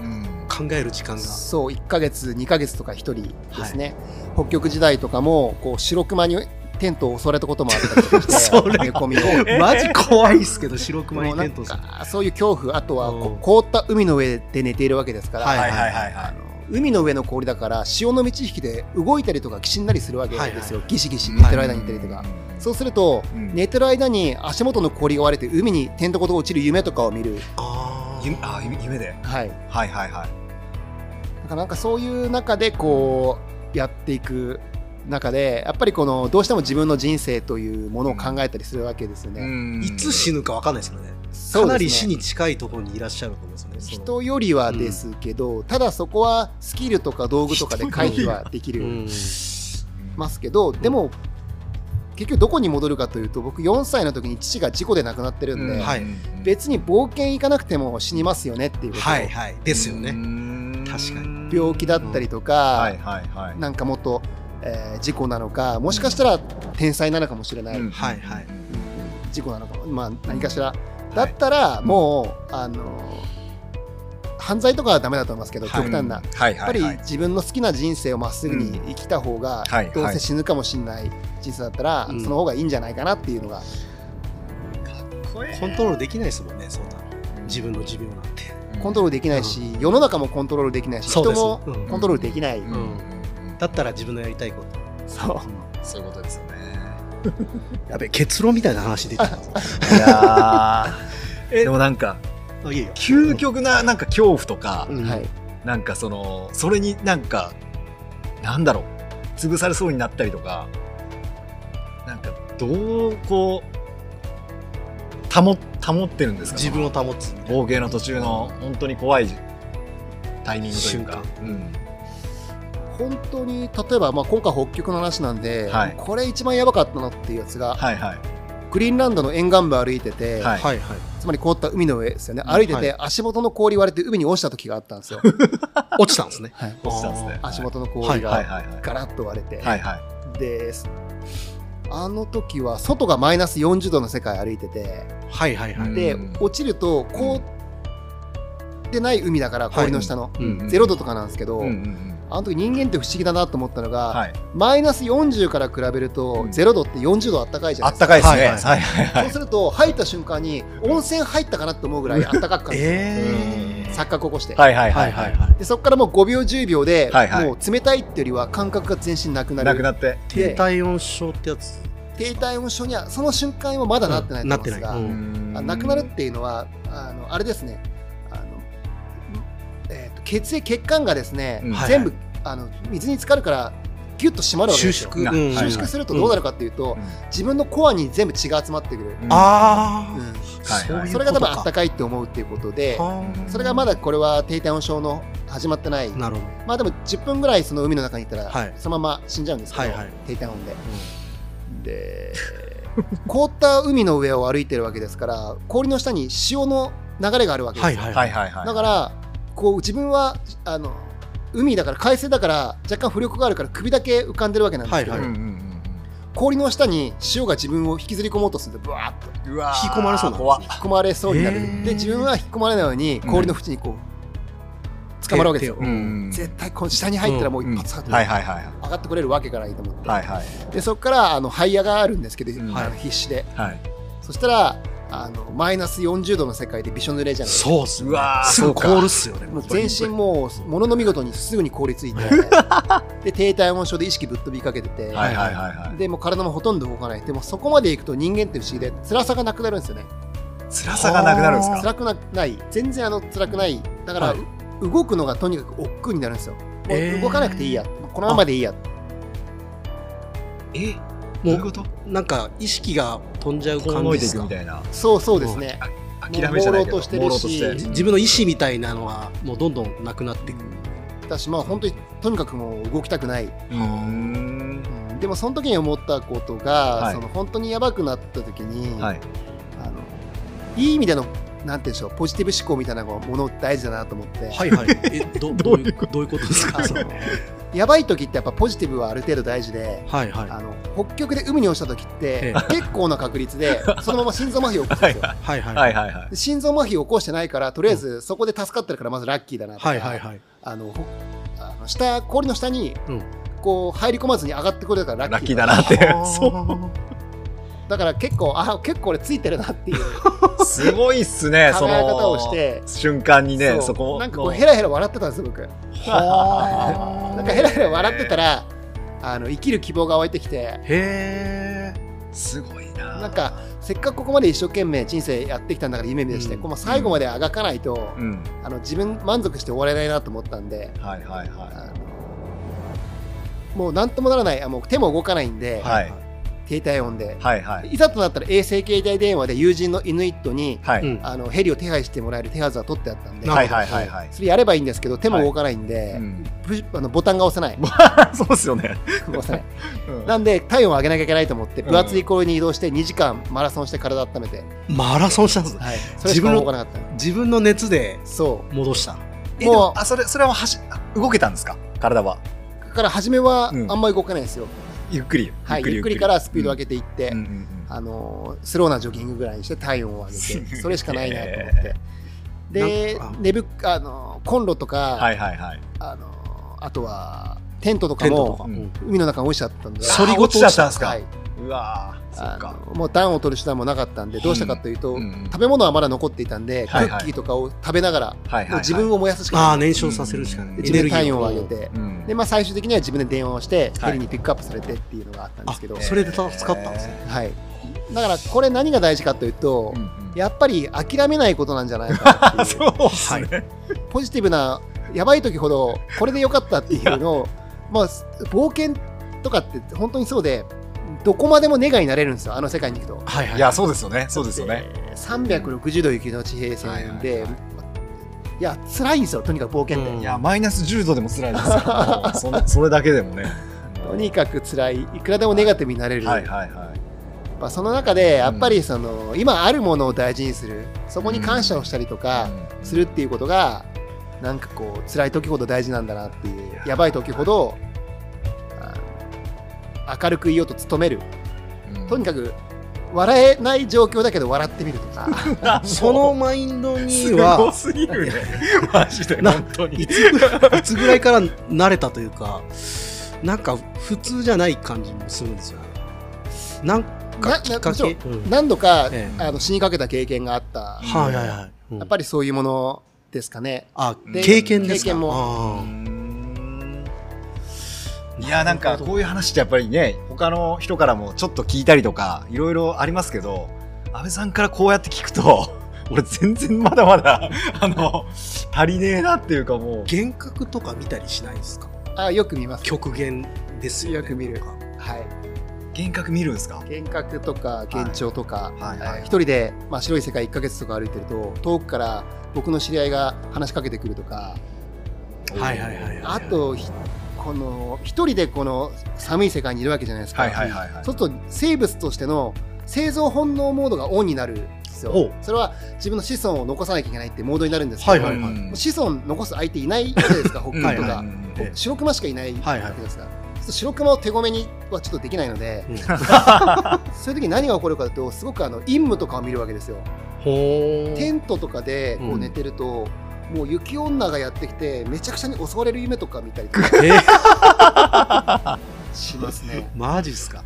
B: うん
A: 考える時間が
C: そう1ヶ月2ヶ月とか一人ですね、北極時代とかもこう白熊にテントを襲われたこともあったりとかして
A: それ
C: 寝込みを
A: マジ怖いっすけど白熊
C: も
A: に
C: うな
A: テ
C: ん
A: ントする
C: かそういう恐怖あとはこ
A: うん
C: う凍った海の上で寝ているわけですから、
A: はい
B: はいはいはいは
C: あの海の上の氷だから潮の満ち引きで動いたりとか岸になりするわけ
A: はい
C: ですよ、
A: は
C: ギシギシ
B: い。
C: 寝てる間に寝てるとか、そうすると、
B: うん
C: 寝てる間に足元の氷が割れて海にテントごと落ちる夢とかを見る、
A: あ
B: 夢あ夢夢で。
C: はい、
B: はいはいはい。
C: だからなんかそういう中でこうやっていく中でやっぱりこのどうしても自分の人生というものを考えたりするわけですよね。
A: あ
B: ん
A: いつ死ぬかわかんないですよね
C: そう
A: か
C: ですね
A: なり死に近いところにいらっしゃると思うんですよねその
C: 人よりはですけど、ただそこはスキルとか道具とかで回避はでき
A: う
C: る
A: ん
C: ますけど、でも結局どこに戻るかというと僕4歳の時に父が事故で亡くなってるんで、
A: うんはい
C: 別に冒険行かなくても死にますよねっていうこと、
A: はいはいですよね
B: ね
A: 確か
B: に
C: 病気だったりとか、
B: はいはいはい。
C: なんかもっと、えー事故なのかもしかしたら天才なのかもしれない、
B: うん
A: はいはい
C: 事故なのかも、まあ、何かしら、
B: い
C: だったらもう、あの犯罪とかはダメだと思いますけど、
A: はい
C: 極端な、
B: はい
C: やっぱ
B: はい
C: り
B: はい。
C: 自分の好きな人生をまっすぐに生きた方が、
B: はい
C: どう
B: は
C: せ
B: い
C: 死ぬかもしれない人生だったら、
A: うん
C: その方がいいんじゃないかなっていうのが、
A: コントロールできないですもんねそんな自分の持病なんて
C: コントロールできないし、世の中もコントロールできないし
A: そう
C: 人
A: です
C: も
A: うん
C: コントロールできない、
B: うんうんうん
A: だったら自分のやりたいこと
C: そう
B: そういうことですよね。
A: やべ結論みたいな話出ちゃった
B: いやー
A: え
B: でもなんか
A: あいいよ
B: 究極ななんか恐怖とか、
A: うん
C: はい、
B: なんかそのそれになんかなんだろう潰されそうになったりとかなんかどうこう保保ってるんですか
A: 自分を保つみたいな
B: 冒険の途中の本当に怖いタイミングというか
A: 瞬、
B: うん
C: 本当に例えば、まあ、今回北極の話なんで、
B: はい
C: これ一番やばかったのっていうやつが、
B: はいはい
C: グリーンランドの沿岸部歩いてて、
B: はい
A: はいはい
C: つまり凍った海の上ですよね歩いてて、
A: はい
C: 足元の氷割れて海に落ちた時があったんですよ、
A: 落ちたんですね
C: はい、
B: 落ちたんですね
C: 足元の氷
B: はい
C: が
B: はいはい
C: ガラッと割れて、
B: はいはい
C: であの時は外がマイナス40度の世界歩いてて
A: はいはいはい
C: で、
B: うん
C: 落ちると凍ってない海だから氷の下の、
A: う
B: うんん
C: ゼロ0度とかなんですけど、
B: うんうんうん
C: あの時人間って不思議だなと思ったのが、
B: はい
C: マイナス40から比べると、
B: うん
C: 0度って40度あったかいじゃ
B: あ
C: ない
B: っ
C: です
B: た
C: か
B: かいですね
A: は
B: はいい
A: はい
B: はいは
C: そう
B: い
C: すると入った瞬間に温泉入ったかなと思うぐらいあったかく感じる、
A: えー
C: 錯覚起こして、
B: はいはい
A: は
B: はいい
A: は
B: はいい
A: はい
C: でそこからもう5秒10秒で、
B: はいはい
C: もう冷たいっていうよりは感覚が全身なくなる
B: なくなって
A: 低体温症ってやつ
C: 低体温症にはその瞬間はまだなってないと思うんですが、
A: なってない
C: あなくなるっていうのはあのあれですねあの、えーと血液血管がですね、
B: うん
C: 全部あの水に浸かるからギュッと締まるわけで
A: 収
C: すよ
A: 縮
B: な
A: うん
B: 収
C: 収縮するとどうなる
A: か
C: かっていうと、
B: うん
C: 自分のコアに全部血が集まってくる、
A: あ
C: う
A: あそういうことか
C: んそれが多分あったかいって思うっていうことで
A: はー
C: それがまだこれは低体温症の始まってない
A: なるほど
C: まあでも10分ぐらいその海の中にいたら、
A: はい
C: そのまま死んじゃうんですけど、
A: はいはい
C: 低体温で。で 凍った海の上を歩いてるわけですから氷の下に潮の流れがあるわけですよ、
A: はいはい
B: はいはいはい
C: だからこう自分はあの海だから海水だから若干浮力があるから首だけ浮かんでるわけなんですけど、
A: はい
B: うん
A: は
B: うんうん
C: 氷の下に潮が自分を引きずり込もうとするとブワーッ
B: う
C: と
B: んうわー
A: 引き込まれそうなんですね
B: 怖っ
C: 引き込まれそうになる、
A: へー
C: で自分は引き込まれないように氷の縁にこう捕まるわけですよ、
A: 手を
B: うん
C: 絶対この下に入ったらもう一発入って
B: はいはいはい
C: 上がってこれるわけがないと思って、
B: はいはい
C: でそこからあの這い上がるんですけど、
B: うん
C: あの必死で
B: はい
C: そしたらあのマイナス40度の世界でびしょ濡れじゃないですか
A: そうっすね
B: うわー
A: すぐ凍るっすよね
C: もう全身もうものの見事にすぐに凍りついて で低体温症で意識ぶっ飛びかけてて、
B: はいはいはいはい
C: でもう体もほとんど動かないでもそこまでいくと人間って不思議で辛さがなくなるんですよね
B: 辛さがなくなるんですか
C: 辛くなない全然あの辛くないだから、
A: はいう
C: 動くのがとにかく億劫になるんですよもう
A: えー
C: 動かなくていいやこのままでいいや
B: えどう
A: も
B: いう
A: う
B: こと
A: なんか意識が飛んじゃう
B: 遠
A: 感
B: の
A: じ
B: いて
A: で
B: い
A: す
B: く
A: か
B: みたいな
C: そうそうですね。
B: 諦めじゃないけど
C: もう朦朧としてるし
B: 朦朧と
A: じ
B: して
A: 自分の意思みたいなのはもうどんどんなくなっていく
C: だし、まあ、本当にとにかくもう動きたくない。
B: うーん
C: でも、その時に思ったことが、
B: はい
C: その本当にやばくなった時に、、
B: はいい
C: あのいい意味での、なんていうんでしょう、ポジティブ思考みたいなのがもの大事だなと思って、
A: はいはいえど どういうどういうことですか
C: あ
A: その
C: のやばい時ってやっぱポジティブはある程度大事で、
A: はいはい
C: あの北極で海に落ちた時って
A: え
C: 結構な確率でそのまま心臓麻痺を起こすんですよ。
A: はいはい
B: はいはいはい
C: で心臓麻痺を起こしてないからとりあえずそこで助かってるからまずラッキーだなとか、
A: はいはいはい
C: あのほあの下氷の下に
A: うん
C: こう入り込まずに上がってこれたからラ
B: ラ
C: ッ
B: ッキ
C: キー
B: ー
C: だ
B: だ
C: な
B: なって
A: あー
B: そ
C: だから結構あ結構俺ついてるなっていう
B: うすごいっす ねそ
C: 考
B: の
C: え方をして。
B: 瞬間にね
C: う
B: そこ
C: なんかこう
B: の
C: ヘラヘラ笑ってたんですよ僕
A: はあ
C: なんかヘラヘラ笑ってたらあの生きる希望が湧いてきて
A: へえ
B: すごいな
C: なんかせっかくここまで一生懸命人生やってきたんだから夢見出して、
A: うん
C: こうまあ最後まであがかないと、
B: うん
C: あの自分満足して終われないなと思ったんで
B: はいはいは
C: あのもう何ともならないあもう手も動かないんで、
B: いはい
C: 携帯音で、
B: はいはい
C: い、ざとなったら衛星携帯電話で友人のイヌイットに
B: は
A: う
B: い
A: ん
C: あのヘリを手配してもらえる手はずは取ってあったんで、
A: な
B: は
A: る
B: いはいはいはい
C: それやればいいんですけど手も動かないんで、
B: うん
C: プシュあのボタンが押せない
B: そうっすよね
C: 押せない
B: うん
C: なんで体温を上げなきゃいけないと思って分厚い氷に移動して2時間マラソンして体温めて、
A: マラソンしたんですね
C: はい、それしか動かなかった
A: 自分の熱で
C: そ
A: 戻した
B: え
C: もう
B: でもあそれそれは走あ動けたんですか体は
C: うだから初めは
B: うん
C: あんまり動かないですよ、
B: ゆっくり
C: はい、ゆっくりからスピードを上げていっ
B: て
C: て、
B: うんうんうん
C: あのースローなジョギングぐらいにして体温を上げてそれしかないなと思っ
B: へ
C: てで
A: なんか
C: 寝ぶあのーコンロとか、
B: はいはいはい
C: あのーあとはテントとか
A: テントと
C: も
A: か、
B: うん
A: うん
C: 海の中に落ちちゃったんで。
B: 反りごと落ちちゃったんですか、
C: はい、
B: うわーそっ
C: あ
B: か
C: のもう暖を取る手段もなかったんでどうしたかというと、
B: うんうん
C: 食べ物はまだ残っていたんで、
B: はいはい
C: クッキーとかを食べながら、
B: はいはい
C: もう自分を燃やすしか
A: あ
C: な
A: あ
C: い、
A: 燃焼させるしかない、
B: うん
C: 自分で体温を
A: エネ
C: 上
A: ルギ
C: げ
A: ー
C: て、
B: うん
C: でまあ、最終的には自分で電話をして、
B: はい
C: ヘリにピックアップされてっていうのがあったんですけど、
A: それで使ったんですね
C: はい、だからこれ何が大事かというと、
B: うんうん
C: やっぱり諦めないことなんじゃないかなってい う
B: そうっすね
C: ポジティブなやばい時ほどこれでよかったっていうのを、まあ、冒険とかって本当にそうでどこまでもネガになれるんですよあの世界に行くと
A: はいはい
B: いやそうですよねそうですよね
C: で360度雪の地平線で、
B: はい
C: い
B: はい
C: や辛いんですよとにかく冒険って、
A: うん
B: いやマイナス10度でも辛いですよもうそ のそれだけでもね
C: とにかく辛いいくらでもネガティブになれる、
B: はいはいはい
C: まあ、その中でやっぱりその、今あるものを大事にするそこに感謝をしたりとか
B: うん
C: するっていうことが、なんかこう辛い時ほど大事なんだなっていうやばい時ほどあの明るくいようと努めるとにかく笑えない状況だけど笑ってみると か
B: か
A: そのマインドに
B: すご
A: は
B: すぎるねマジで
A: な
B: 本当に
A: いつぐらいいつぐらいから慣れたというかなんか普通じゃない感じもするんですよねなんか
C: な
A: きっ
C: な
A: か
C: もちろ
A: け
C: ん
A: うん
C: 何度か、
A: ええ
C: あの死にかけた経験があった、
B: ん
A: はいはいはいうん
C: やっぱりそういうものですかね
A: あ
B: で
A: 経験ですか
C: 経験
B: うー
A: も
B: んいやなんかこういう話ってやっぱりね他の人からもちょっと聞いたりとかいろいろありますけど安倍さんからこうやって聞くと 俺全然まだまだあの足りねえなっていうかもう
A: 幻覚とか見たりしないですか
C: あよく見ます、
A: 極限ですよね
C: よく見る
A: とか
C: はい、
B: 幻覚見るんですか
C: 幻覚とか幻聴とか、
B: はいはいはい
C: えー一人で、まあ、白い世界1ヶ月とか歩いてると遠くから僕の知り合いが話しかけてくるとか
A: はいはいはい
C: あとひこの一人でこの寒い世界にいるわけじゃないですか、
B: はいはいはいはい
C: そうすると生物としての生存本能モードがオンになるんです
A: お
C: よ
A: う
C: それは自分の子孫を残さなきゃいけないってモードになるんですけど、
A: はいはいはい
B: うん
C: 子孫残す相手いないわけです か北
B: うん
C: 海道
A: はいは
C: とか
B: うんうんうん
C: 白熊しかいない
A: はいはい
C: わけですから、そうすると白熊を手ごめにはちょっとできないので、
A: うん
C: そういう時に何が起こるかというとすごくあの陰夢とかを見るわけですよ
A: ほ
C: テントとかでこ
A: う
C: うん寝てると、もう雪女がやってきてめちゃくちゃに襲われる夢とか見たりとか
A: えー
C: しますね
A: マジっすか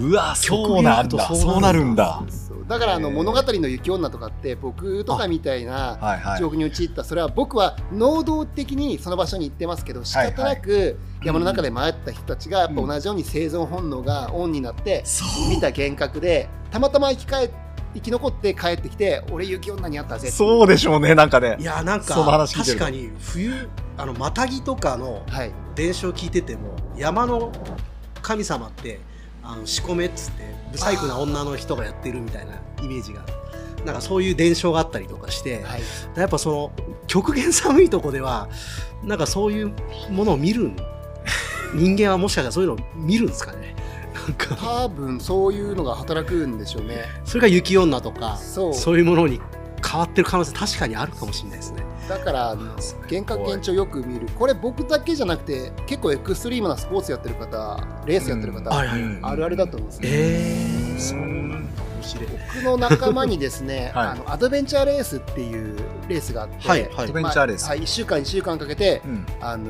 B: うわそうなん
A: 極限
B: だ
A: だと
B: そうなるんだ
C: そうだからあの
B: へー
C: 物語の雪女とかって僕とかみたいな
B: はいはい
C: 状況に陥ったそれは僕は能動的にその場所に行ってますけど仕方なく山の中で迷った人たちがやっぱ同じように生存本能がオンになって
B: そう
C: 見た幻覚でたまたま生き返生き残って帰ってきて俺雪女に会ったぜってい
B: そうでしょうねなんかね
A: いやなんか
B: その話聞いて
A: 確
B: る
A: かに冬あのマタギとかの
C: はい
A: 伝承聞いてても山の神様ってあの仕込めっつって不細工な女の人がやってるみたいなイメージがなんかそういう伝承があったりとかして、
C: はい、
A: やっぱその極限寒いとこではなんかそういうものを見る ん人間はもしかしたらそういうのを見るんですかねなんか
C: 多分そういうのが働くんでしょうね
A: それが雪女とか
C: そう
A: そういうものに変わってる可能性確かにあるかもしれないですね。
C: だからあの幻覚幻聴よく見るこれ僕だけじゃなくて結構エクストリームなスポーツやってる方レースやってる方、
A: はいはいはい
C: あるあるだと思うんですね
A: ええそうなんだ面白い。
C: 僕の仲間にですね、
B: はい
C: あのアドベンチャーレースっていうレースがあって、
A: はいは
B: アド
A: い
B: ベンチャーレース
C: まあはい、1週間、2週間かけて、
B: うん
C: あの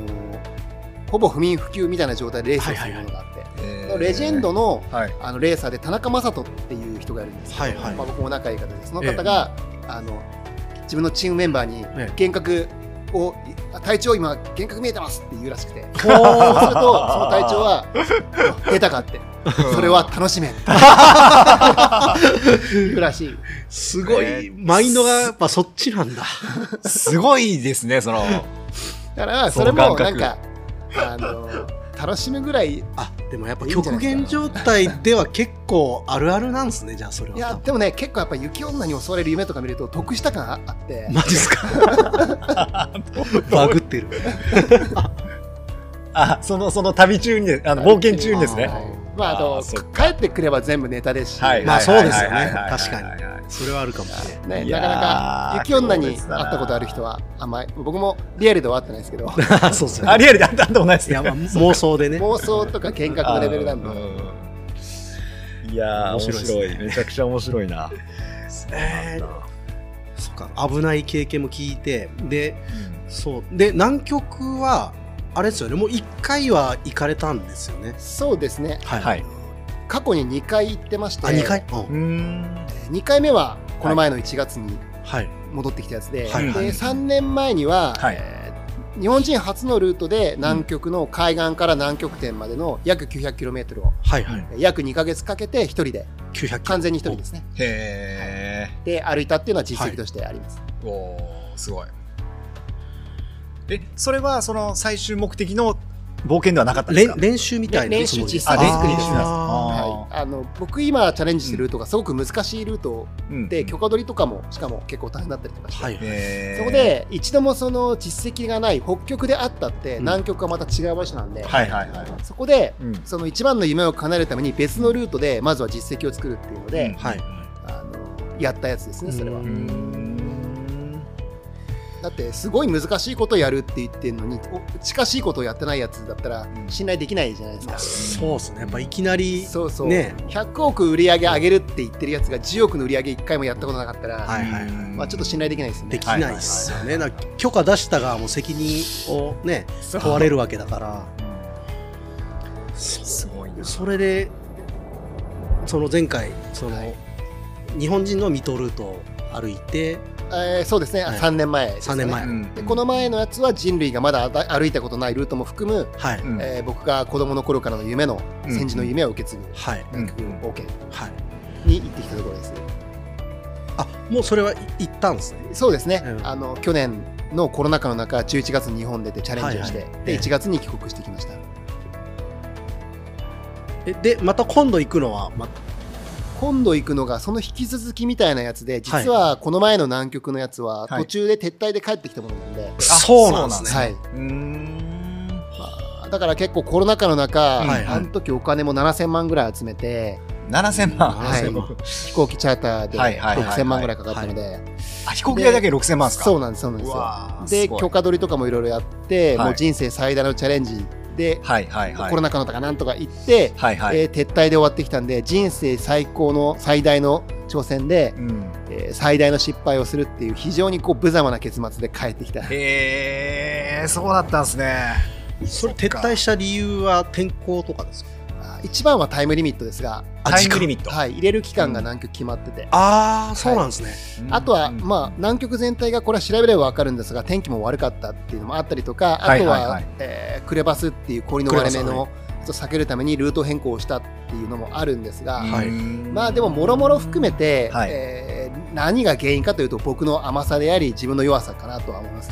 C: ほぼ不眠不休みたいな状態でレースをするものがあって、
B: えー
C: レジェンドの
B: はい
C: あのレーサーで田中雅人っていう人がいるんですけど、
A: はいはい
C: まあ、僕も仲いい方で、その方が、あの自分のチームメンバーに
A: ええ
C: 幻覚を、あ体調、今、幻覚見えてますって言うらしくて、そうすると、その体調は、あ出たかって、それは楽しめって言うらしい。
A: すごい、
B: えー
A: マインドがやっぱそっちなんだ。
B: すごいですねその
C: だからそれもなんかあの楽しむぐらいい
A: あでもやっぱ
C: いいんじゃ
A: 極
C: ない
A: 限
C: です
A: 状態では結構あるあるなんですねじゃあそれは。
C: やでもね結構やっぱ雪女に襲われる夢とか見ると得した感ああって、
A: マジっすかバグってる。
B: あそのその旅中にねあの冒険中にですね
A: あ
C: はいまああ
B: あ
C: と
B: ーそっか
C: 帰ってくれば全部ネタですし、
B: はい
A: まあそうですよ
B: はい
A: ね
B: はいはいはい
A: 確かにそれはあるかもしれない。
C: ね、
B: いや
C: な
B: ー
C: かなか雪女に会
B: 強
C: っ
B: 烈だな
C: たことある人はあんまり僕もリアルでは会ってないですけど
A: あ そうっすよ
B: あ
A: ね。
B: リアルであったんでもないです
A: い
B: ね
A: や、まあ、妄想でね。
C: 妄想とか幻覚のレベルなんで、
B: いやー面
A: 面
B: 白
A: 白
B: い
A: いですね
B: めちゃくちゃ面白いな。
A: えーそっか危ない経験も聞いてでそうで南極はあれですよねもう1回は行かれたんですよね。
C: そうですね
A: は
B: はい。
C: 過去に2回行ってまして
A: あ2回、うん
B: ん。
C: 二回目はこの前の1月に
A: はい
C: 戻ってきたやつで,、
A: はいはい
C: で3年前には、
B: はい
C: えー日本人初のルートで南極の海岸から南極点までの約 900km を
A: はいはい
C: 約2ヶ月かけて一人で
A: 900
C: 完全に一人ですね
B: へ
C: で歩いたっていうのは実績としてあります、
B: ー。おーすごい。えそれはその最終目的の冒険ではなかったんです
A: 練
B: か。
A: 練習みたいな
C: 練習実
B: あ
C: 際
B: 練
C: あ
B: 習
C: ー
B: 練習
A: あ
B: な
C: は
B: ん
C: い、あの僕今チャレンジしてるルートがすごく難しいルート
B: ですね。
C: で許可取りとかもしかも結構大変だったりとかして、
A: はいはい
B: で
C: そこ。で一度もその実績がない北極であったって南極はまた違う場所なんで、
B: はいはいはい。
C: そこで
B: うん
C: その一番の夢を叶えるために別のルートでまずは実績を作るっていうので、
A: はい
C: あのやったやつですねそれは、
A: う
B: うんん
C: だってすごい難しいことやるって言ってるのにお近しいことをやってないやつだったら
B: うん
C: 信頼できないじゃないですか、
A: そうですねやっぱいきなり
C: そうそう、
A: ね
C: 100億売り上げ上げるって言ってるやつが10億の売り上げ1回もやったことなかったら、
A: はいはいはい
C: まあ、ちょっと信頼できないですよ
A: で
C: ね
A: きないっすよね、なんか許可出した側も責任をね
C: そう
A: 問われるわけだから
B: すごいな。
A: それでその前回その、
C: はい
A: 日本人のミトルートを歩いて
C: えーそうですね、
A: はい
C: 3年前ですね
A: 3年前
B: うん
C: でこの前のやつは人類がまだ歩いたことないルートも含む、
A: はい、
B: うん
C: えー僕が子供の頃からの夢の戦時の夢を受け継ぐ
A: はい
B: うん
C: 冒険
A: はい
C: に行ってきたところですね
A: あもうそれはい行ったんですね
C: そうですね、
A: うん
C: あの去年のコロナ禍の中、11月に日本出てチャレンジをして、
A: はいはい
C: で1月に帰国してきました。
A: えでまた今度行くのはま
C: 今度行くのが、その引き続きみたいなやつで、
A: はい
C: 実はこの前の南極のやつ
B: は
C: は、
B: い
C: 途中で撤退で帰ってきたものなんで、
A: そうなんですね
C: はい
B: うん。
C: まあだから結構コロナ禍の中、
B: はい
A: はい
C: あの時お金も7000万ぐらい集めて、
B: 7000万。
C: はい
A: 7000万
C: 飛行機チャーターで
B: はいはいはいはい
C: 6000万ぐらいかかったので、
B: あ飛行機代だけ6000万ですか
C: そううなんです、そうなんですよ。
B: わーす
C: で、
B: ごい
C: 許可取りとかもいろいろやって、
B: はい
C: もう人生最大のチャレンジで、
B: はいはいはい
C: コロナ禍の中なんとか行って、
B: はいはい、
C: えー撤退で終わってきたんで人生最高の最大の挑戦で、
B: うん、
C: えー最大の失敗をするっていう非常にこう無様な結末で帰ってきた
B: へえそうだったんですね
A: それ撤退した理由は天候とかですか
C: あ一番はタイムリミットですが、
A: あ
B: タイム
A: 時間
B: リミット、
C: はい、入れる期間が南極決まってて、
A: ああそうなんですね、
C: あとは、まあ、
B: あ
C: 南極全体がこれは調べれば分かるんですが天気も悪かったっていうのもあったりとかあとは、
B: はいはいはい
C: えークレバスっていう氷の割れ目
A: クレバ
C: のちょっと避けるためにルート変更をしたっていうのもあるんですが、
A: はい
C: まあでももろもろ含めて、
B: はい
C: えー何が原因かというと僕の甘さであり自分の弱さかなとは思います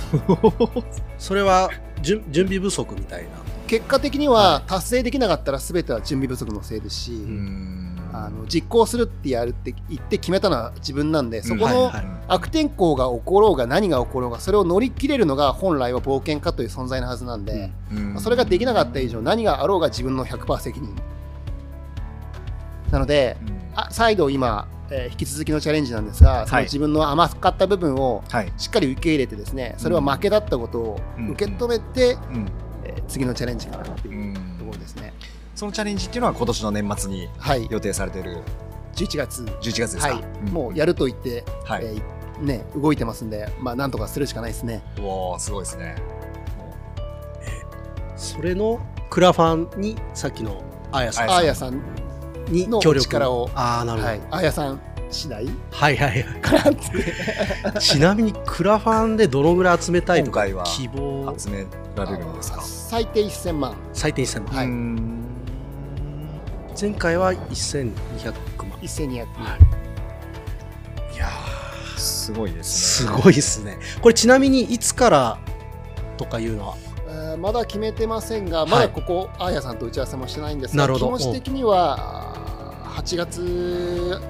A: それはじゅん準備不足みたいな
C: 結果的には達成できなかったら全ては準備不足のせいですし、
B: ん
C: あの実行するってやるって言って決めたのは自分なんでそこの
A: はいはい
C: 悪天候が起ころうが何が起ころうがそれを乗り切れるのが本来は冒険家という存在のはずなんで、
A: うん
B: うん
C: まあそれができなかった以上何があろうが自分の100%責任なので
B: うん
C: あ再度今、えー引き続きのチャレンジなんですが、その
B: はい
C: 自分の甘かった部分を
B: はい、
C: しっかり受け入れてですねそれは負けだったことを受け止めて、
B: うん
C: えー次のチャレンジかなっていうところですね。
B: そのチャレンジっていうのは今年の年末に
C: はい、
B: 予定されている
C: 11月
B: 11月ですか、
C: はい、
B: ん
C: もうやると言って、
B: はい、
C: えーね、動いてますんで、まあ、なんとかするしかないですね。
B: うわーすごいですね
A: それのクラファンにさっきのあやさ
B: は
A: ん
B: い
C: あーやさん、
A: に
C: の
A: 協力
C: 力を
A: ああなるほど、
C: は
A: はいい、、
C: あーやさん次第
A: はいはい
C: かなって。
A: ちなみにクラファンでどのぐらい集めたいとか
B: 今回は
A: 希望
B: 集められるんですか
C: 最低1000万。
A: 最低1000万、
C: はいう
B: ーん
A: 前回は1200万
C: 1200
A: いや
B: すごいで
A: ー
B: す
A: す
B: ね
A: ごいですねこれちなみにいつからとかいうのは
C: えーまだ決めてませんが、
A: い
C: まだここ、あーやさんと打ち合わせもしてないんですが、
A: なるほ
C: 気
A: ど
C: 持ち的には、あー8月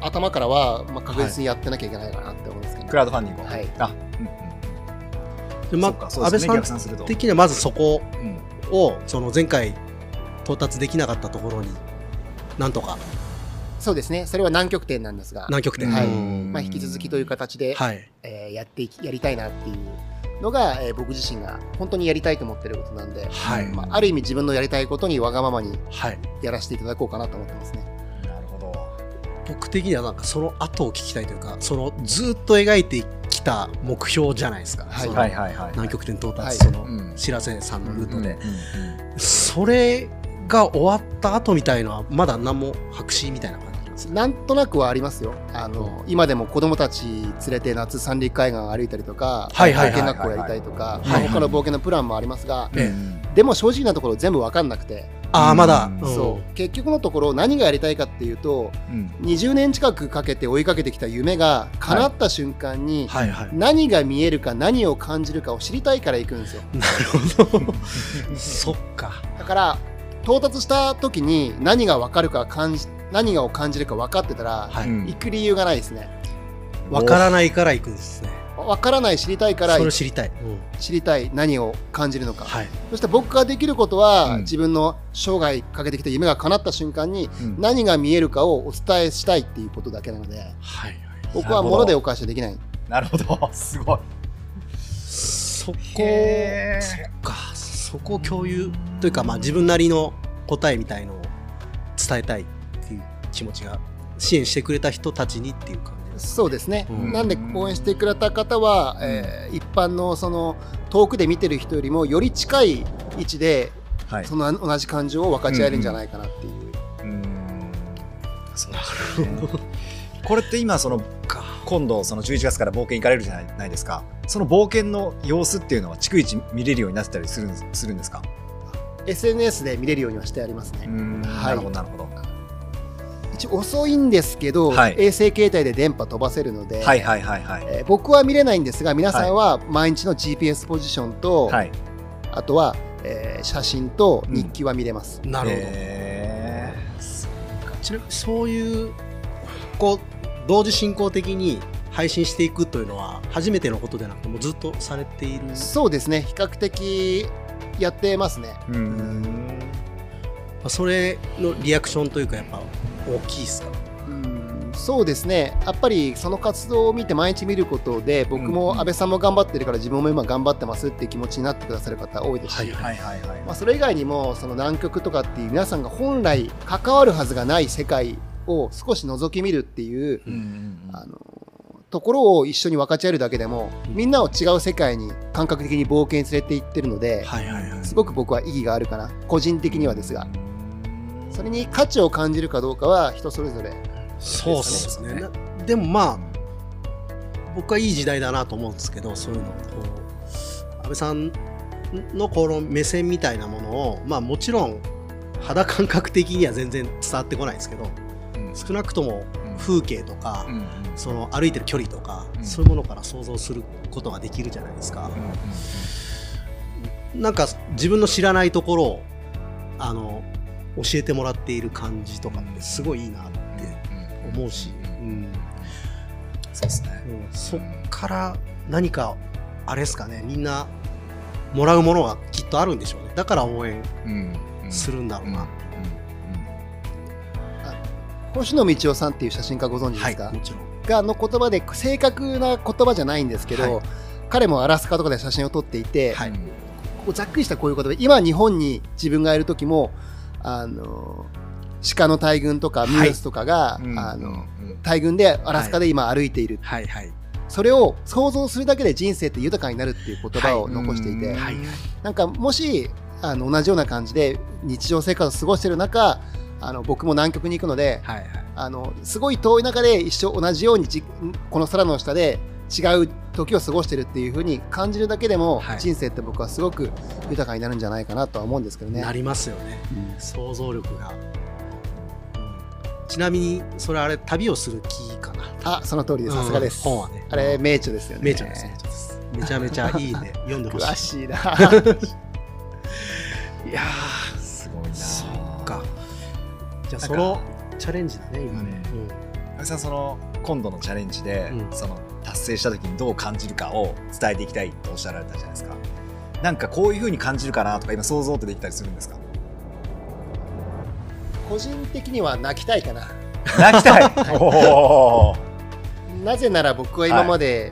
C: 頭からは、まあ、確実にやってなきゃいけないかなって思うんですけど、
B: クラウドファンディングを
C: はい
B: あ、うんうん
A: で
B: うん
A: ま
B: そっか
A: あ
B: そう
A: 安
B: で
A: 倍
B: す
A: さん
B: ね逆算すると、
A: 的にはまずそこ
B: うん
A: をその前回到達できなかったところになんとか
C: そうですね、それは南極点なんですが、
A: 南極点、
C: はい
A: うん
C: まあ、引き続きという形で、
A: はい
C: えーやっていきやりたいなっていうのが、えー僕自身が本当にやりたいと思ってることなんで、
A: はい
C: まあ、ある意味自分のやりたいことにわがままに
A: はい
C: やらせていただこうかなと思ってますね。
B: なるほど
A: 僕的にはなんかその後を聞きたいというかそのずっと描いてきた目標じゃないですか、
C: はい
A: その
B: はいはいはい
A: 南極点到達、
C: はい
A: その
B: うん
A: 白瀬さんのルートで、
B: うんうん
A: それが終わった後みたいのはまだ何も白紙みたいな感じなんですね
C: なんとなくはありますよ。あの、今でも子供たち連れて夏三陸海岸を歩いたりとか、
A: はいはいは
C: 冒
A: い
C: 険
A: は
C: 学校やりたいとか、
A: いはい
C: まあ他の冒険のプランもありますが、
A: ええ
B: うん
C: でも正直なところ全部わかんなくて、
A: ああまだ、
B: うん
C: そう結局のところ何がやりたいかっていうと、
B: う ん
C: 20年近くかけて追いかけてきた夢が叶った瞬間に、
A: はいはい
C: 何が見えるか何を感じるかを知りたいから行くんですよ
A: なるほどそっか
C: だから到達した時に何が分かるか感じ何がを感じるか分かってたら
A: はい、
B: うん
C: 行く理由がないですね
A: わからないから行くんですね
C: 分からない知りたいから
A: それを知りたい、うん
C: 知りたい何を感じるのか、
A: はい
C: そして僕ができることは、
B: うん
C: 自分の生涯かけてきた夢が叶った瞬間に
B: うん
C: 何が見えるかをお伝えしたいっていうことだけなので
A: はいはい
C: 僕は物でお返しはできない
B: なるほどすごい
A: そこ
B: へー
A: そっかそこを共有というかまあ自分なりの答えみたいのを伝えたいっていう気持ちが支援してくれた人たちにっていう感じです
C: そうですね、
A: うん
C: なんで応援してくれた方は、えー一般のその遠くで見てる人よりもより近い位置で
B: はい
C: その同じ感情を分かち合えるんじゃないかなっていう、
B: うんそうです
A: なる
B: ねこれって今その
A: か
B: 今度その11月から冒険行かれるじゃないですかその冒険の様子っていうのは逐一見れるようになってたりするんですするんですか
C: SNS で見れるようにはしてありますね、
B: なるほどなるほど
C: 一応遅いんですけど、
B: はい
C: 衛星携帯で電波飛ばせるので、
B: はいはいはいはい
C: えー僕は見れないんですが皆さんは毎日の GPS ポジションと、
B: はい
C: あとは、えー写真と日記は見れます、
A: なるほど、
B: へーそ
A: ちなみにそういうこう同時進行的に配信していくというのは初めてのことでなくてもうずっとされているま
C: そうですね比較的やってますね
B: ううん
A: あそれのリアクションというかやっぱ大きいですか
C: うんそうですねやっぱりその活動を見て毎日見ることで僕
B: うん
C: も安倍さんも頑張ってるから自分も今頑張ってますって気持ちになってくださる方多いですし、
A: はい
B: はいはいはい
C: まあ、それ以外にもその南極とかっていう皆さんが本来関わるはずがない世界を少し覗き見るっていう、
B: うんうん
C: あのところを一緒に分かち合えるだけでもみんなを違う世界に感覚的に冒険に連れて行ってるので、
A: はいはいはい
C: すごく僕は意義があるかな個人的にはですがそれに価値を感じるかどうかは人それぞれ
A: そうですね
B: です
A: なでもまあ僕はいい時代だなと思うんですけどそういうのをこう安倍さんのこの目線みたいなものをまあもちろん肌感覚的には全然伝わってこないですけど
B: うん
A: 少なくとも風景とか、
B: うんうん
A: その歩いてる距離とか、
B: うん
A: そういうものから想像することができるじゃないですか、
B: うん
A: なんか自分の知らないところをあの教えてもらっている感じとかってすごいいいなって思うし、うん
B: そうですね。
A: もうそっから何かあれですかねみんなもらうものがきっとあるんでしょうねだから応援
B: うんうん
A: するんだろうな、
C: 星野道夫さんっていう写真家ご存知で
A: は
C: す
A: い
C: か、
A: もちろん
C: がの言葉で正確な言葉じゃないんですけど、
A: は
C: 彼もアラスカとかで写真を撮っていて、
A: はい
C: こうざっくりしたこういう言葉今日本に自分がいる時もあの鹿の大群とか
A: はい
C: ミュースとかが、あの大群でアラスカで今歩いている、
A: はいはい
C: それを想像するだけで人生って豊かになるっていう言葉を残していて、
B: はい
A: はいはい
C: なんかもしあの同じような感じで日常生活を過ごしてる中あの僕も南極に行くので
A: はいはい
C: あのすごい遠い中で一生同じようにじこの空の下で違う時を過ごしてるっていう風に感じるだけでも、
A: はい
C: 人生って僕はすごく豊かになるんじゃないかなとは思うんですけどね。
A: なりますよね
C: うん
A: 想像力が、うんちなみにそれあれ旅をする気かな
C: あその通りですさすがです、
A: うん本はね
C: あれ名著ですよね。
A: 名著です名著ですめちゃめちゃいいんで読んでほし
C: 詳
A: い
C: し いな。
A: いやー
B: すごいな。
A: そっか。じゃあ
B: なんか
A: そのチャレンジだね今ね、うん
B: 阿部さんその今度のチャレンジで、
A: うん
B: その達成した時にどう感じるかを伝えていきたいとおっしゃられたじゃないですかなんかこういう風に感じるかなとか今想像ってできたりするんですか
C: 個人的には泣きたいかな。
B: 泣きたい おお
C: なぜなら僕は今まで、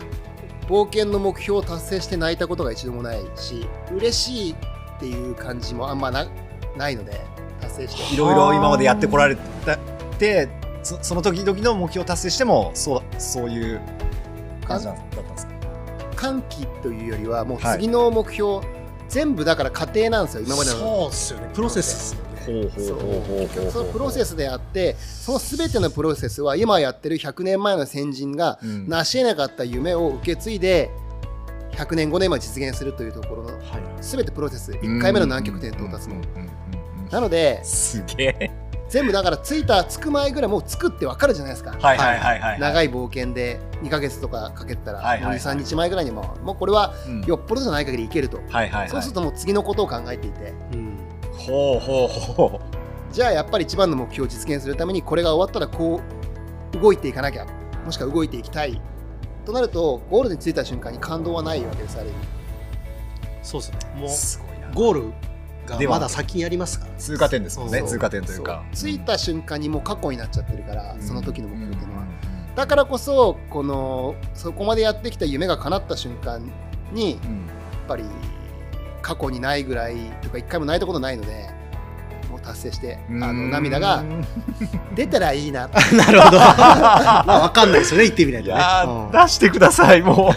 C: 冒険の目標を達成して泣いたことが一度もないし嬉しいっていう感じもあんまなないので達成して
B: いろいろ今までやってこられたってそその時々の目標を達成してもそうそういう感じだったんですか
C: 歓喜というよりはもう
B: はい
C: 次の目標、全部だから過程なんですよ今までの
A: そうっすよねプロセスっすよね
B: う
C: そう結局そのプロセスであってその全てのプロセスは今やってる100年前の先人が
B: うん
C: 成し得なかった夢を受け継いで100年後の今実現するというところの
A: はい
C: 全てプロセス1回目の南極点到達
B: うん
C: も
B: うんうんうんうん
C: なのです
B: げえ
C: 全部だから着いた着く前ぐらいもう着くって分かるじゃないですか、
B: はいはいはいはい
C: 長
B: い、
C: い冒険で2ヶ月とかかけてたら、
B: はいはいはい
C: 23日前ぐらいにももうこれは
B: うん
C: よっぽどじゃない限りいけると、
B: はいはいはい
C: そうするともう次のことを考えていて
A: うん
B: ほうほうほう
C: じゃあやっぱり一番の目標を実現するためにこれが終わったらこう動いていかなきゃもしくは動いていきたいとなるとゴールに着いた瞬間に感動はないわけですある意味
A: そうっすねもう
B: すごいな
A: ゴールが
B: では
A: まだ先にありますから
B: 通過点ですもんね
A: そう
B: 通過点というか
C: そう着いた瞬間にもう過去になっちゃってるから、
B: うん
C: その時の目標っていうのは、
B: うん
C: だからこそこのそこまでやってきた夢が叶った瞬間に
B: うんうん
C: やっぱり過去にないぐらいとか一回も泣いたことないのでもう達成してあ
B: う
C: の
B: ん
C: 涙が出たらいいなって
A: なるほど。 まあ、わかんないですよね。言ってみない
B: い
A: とね。
B: や
A: うん
B: ー出してくださいもう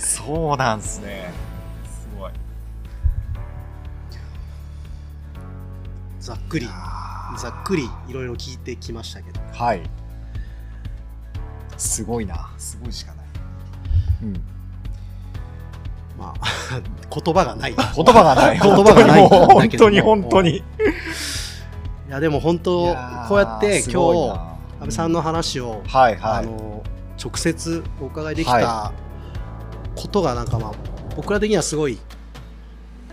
B: そうなんすねすごい
A: ざっくり、ざ
B: ざ
A: っくりいろいろ聞いてきましたけど。
B: はいすごいなすごいしかない、うん、言
A: まあ、 言葉がない。い
B: 葉が ない
A: 言葉がない
B: もう本当
A: だ
B: に
A: けども
B: 本当に
A: や、でも本当、こうやって今日、安倍さん
B: の
A: の話を、
B: はいは
A: あ
B: い
A: の、直接お伺いできた
B: は
A: ことが、なんかまあ、僕ら的にはすごい、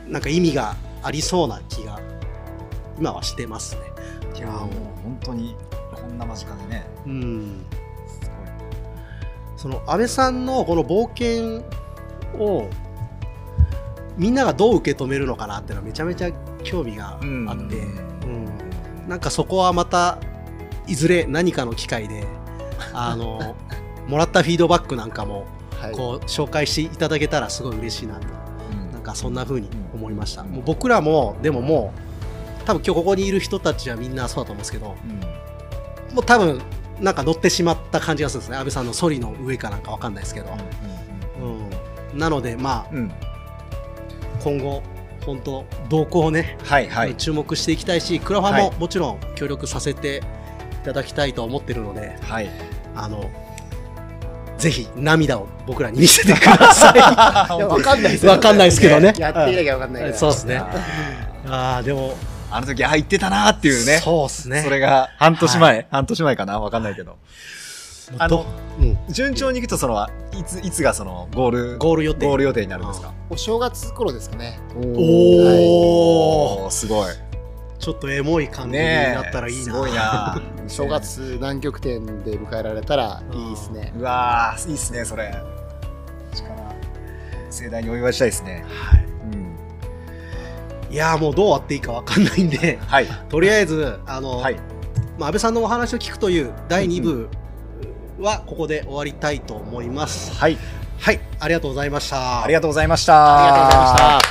A: なんか意味がありそうな気が、今はしてますね。
B: いやーもう本当にこんな間近でね
A: うん。
B: すごい
A: その安倍さんのこの冒険をみんながどう受け止めるのかなっていうのはめちゃめちゃ興味があって、
B: うん
A: うんなんかそこはまたいずれ何かの機会 であのもらったフィードバックなんかも
C: はい
A: こう紹介していただけたらすごい嬉しいなと
B: うん
A: なんかそんな風に思いました、
B: うん
A: もう僕らもでももう多分今日ここにいる人たちはみんなそうだと思うんですけど
B: うん
A: もう多分なんか乗ってしまった感じがするんですね安倍さんのソリの上かなんかわかんないですけど、うん、なのでまあ
B: うんうん
A: 今後本当動向をね、
B: はいはい
A: 注目していきたいしクラファンも
B: は
A: もちろん協力させていただきたいと思ってるので
B: はい
A: あのぜひ涙を僕らに見せてくだ さ
C: いやわかんないです
A: いわかんないですけどね
C: やってみなきゃわかんないから
A: そうですね
B: あ
A: ああでも
B: ーあの時あ言ってたなーっていうね
A: そうですね
B: それが半年前、半年前かなわかんないけどあの、
A: うん、
B: 順調にいくと、その、いつ、いつがその、ゴール、
A: ゴール予定
B: ゴール予定になるんですか
C: お正月頃ですかね。。
A: おー
B: おー、すごい。
A: ちょっとエモい感じに
B: ねえ。
A: なったらいい
B: す
A: な、
B: ごいな
C: 正。月南極点で迎えられたらいいですね。
B: うわー、いいっすね、それ。力、盛大にお祝いしたいですね。
A: はい
B: うん。
A: いやーもうどうあっていいかわかんないんで
B: はい。
A: とりあえずあの、
B: はい。
A: まあ、安倍さんのお話を聞くという第2部はここで終わりたいと思います。
B: はい。
A: はい、ありがとうございました。
B: ありがとうございまし
C: ありがとうございました。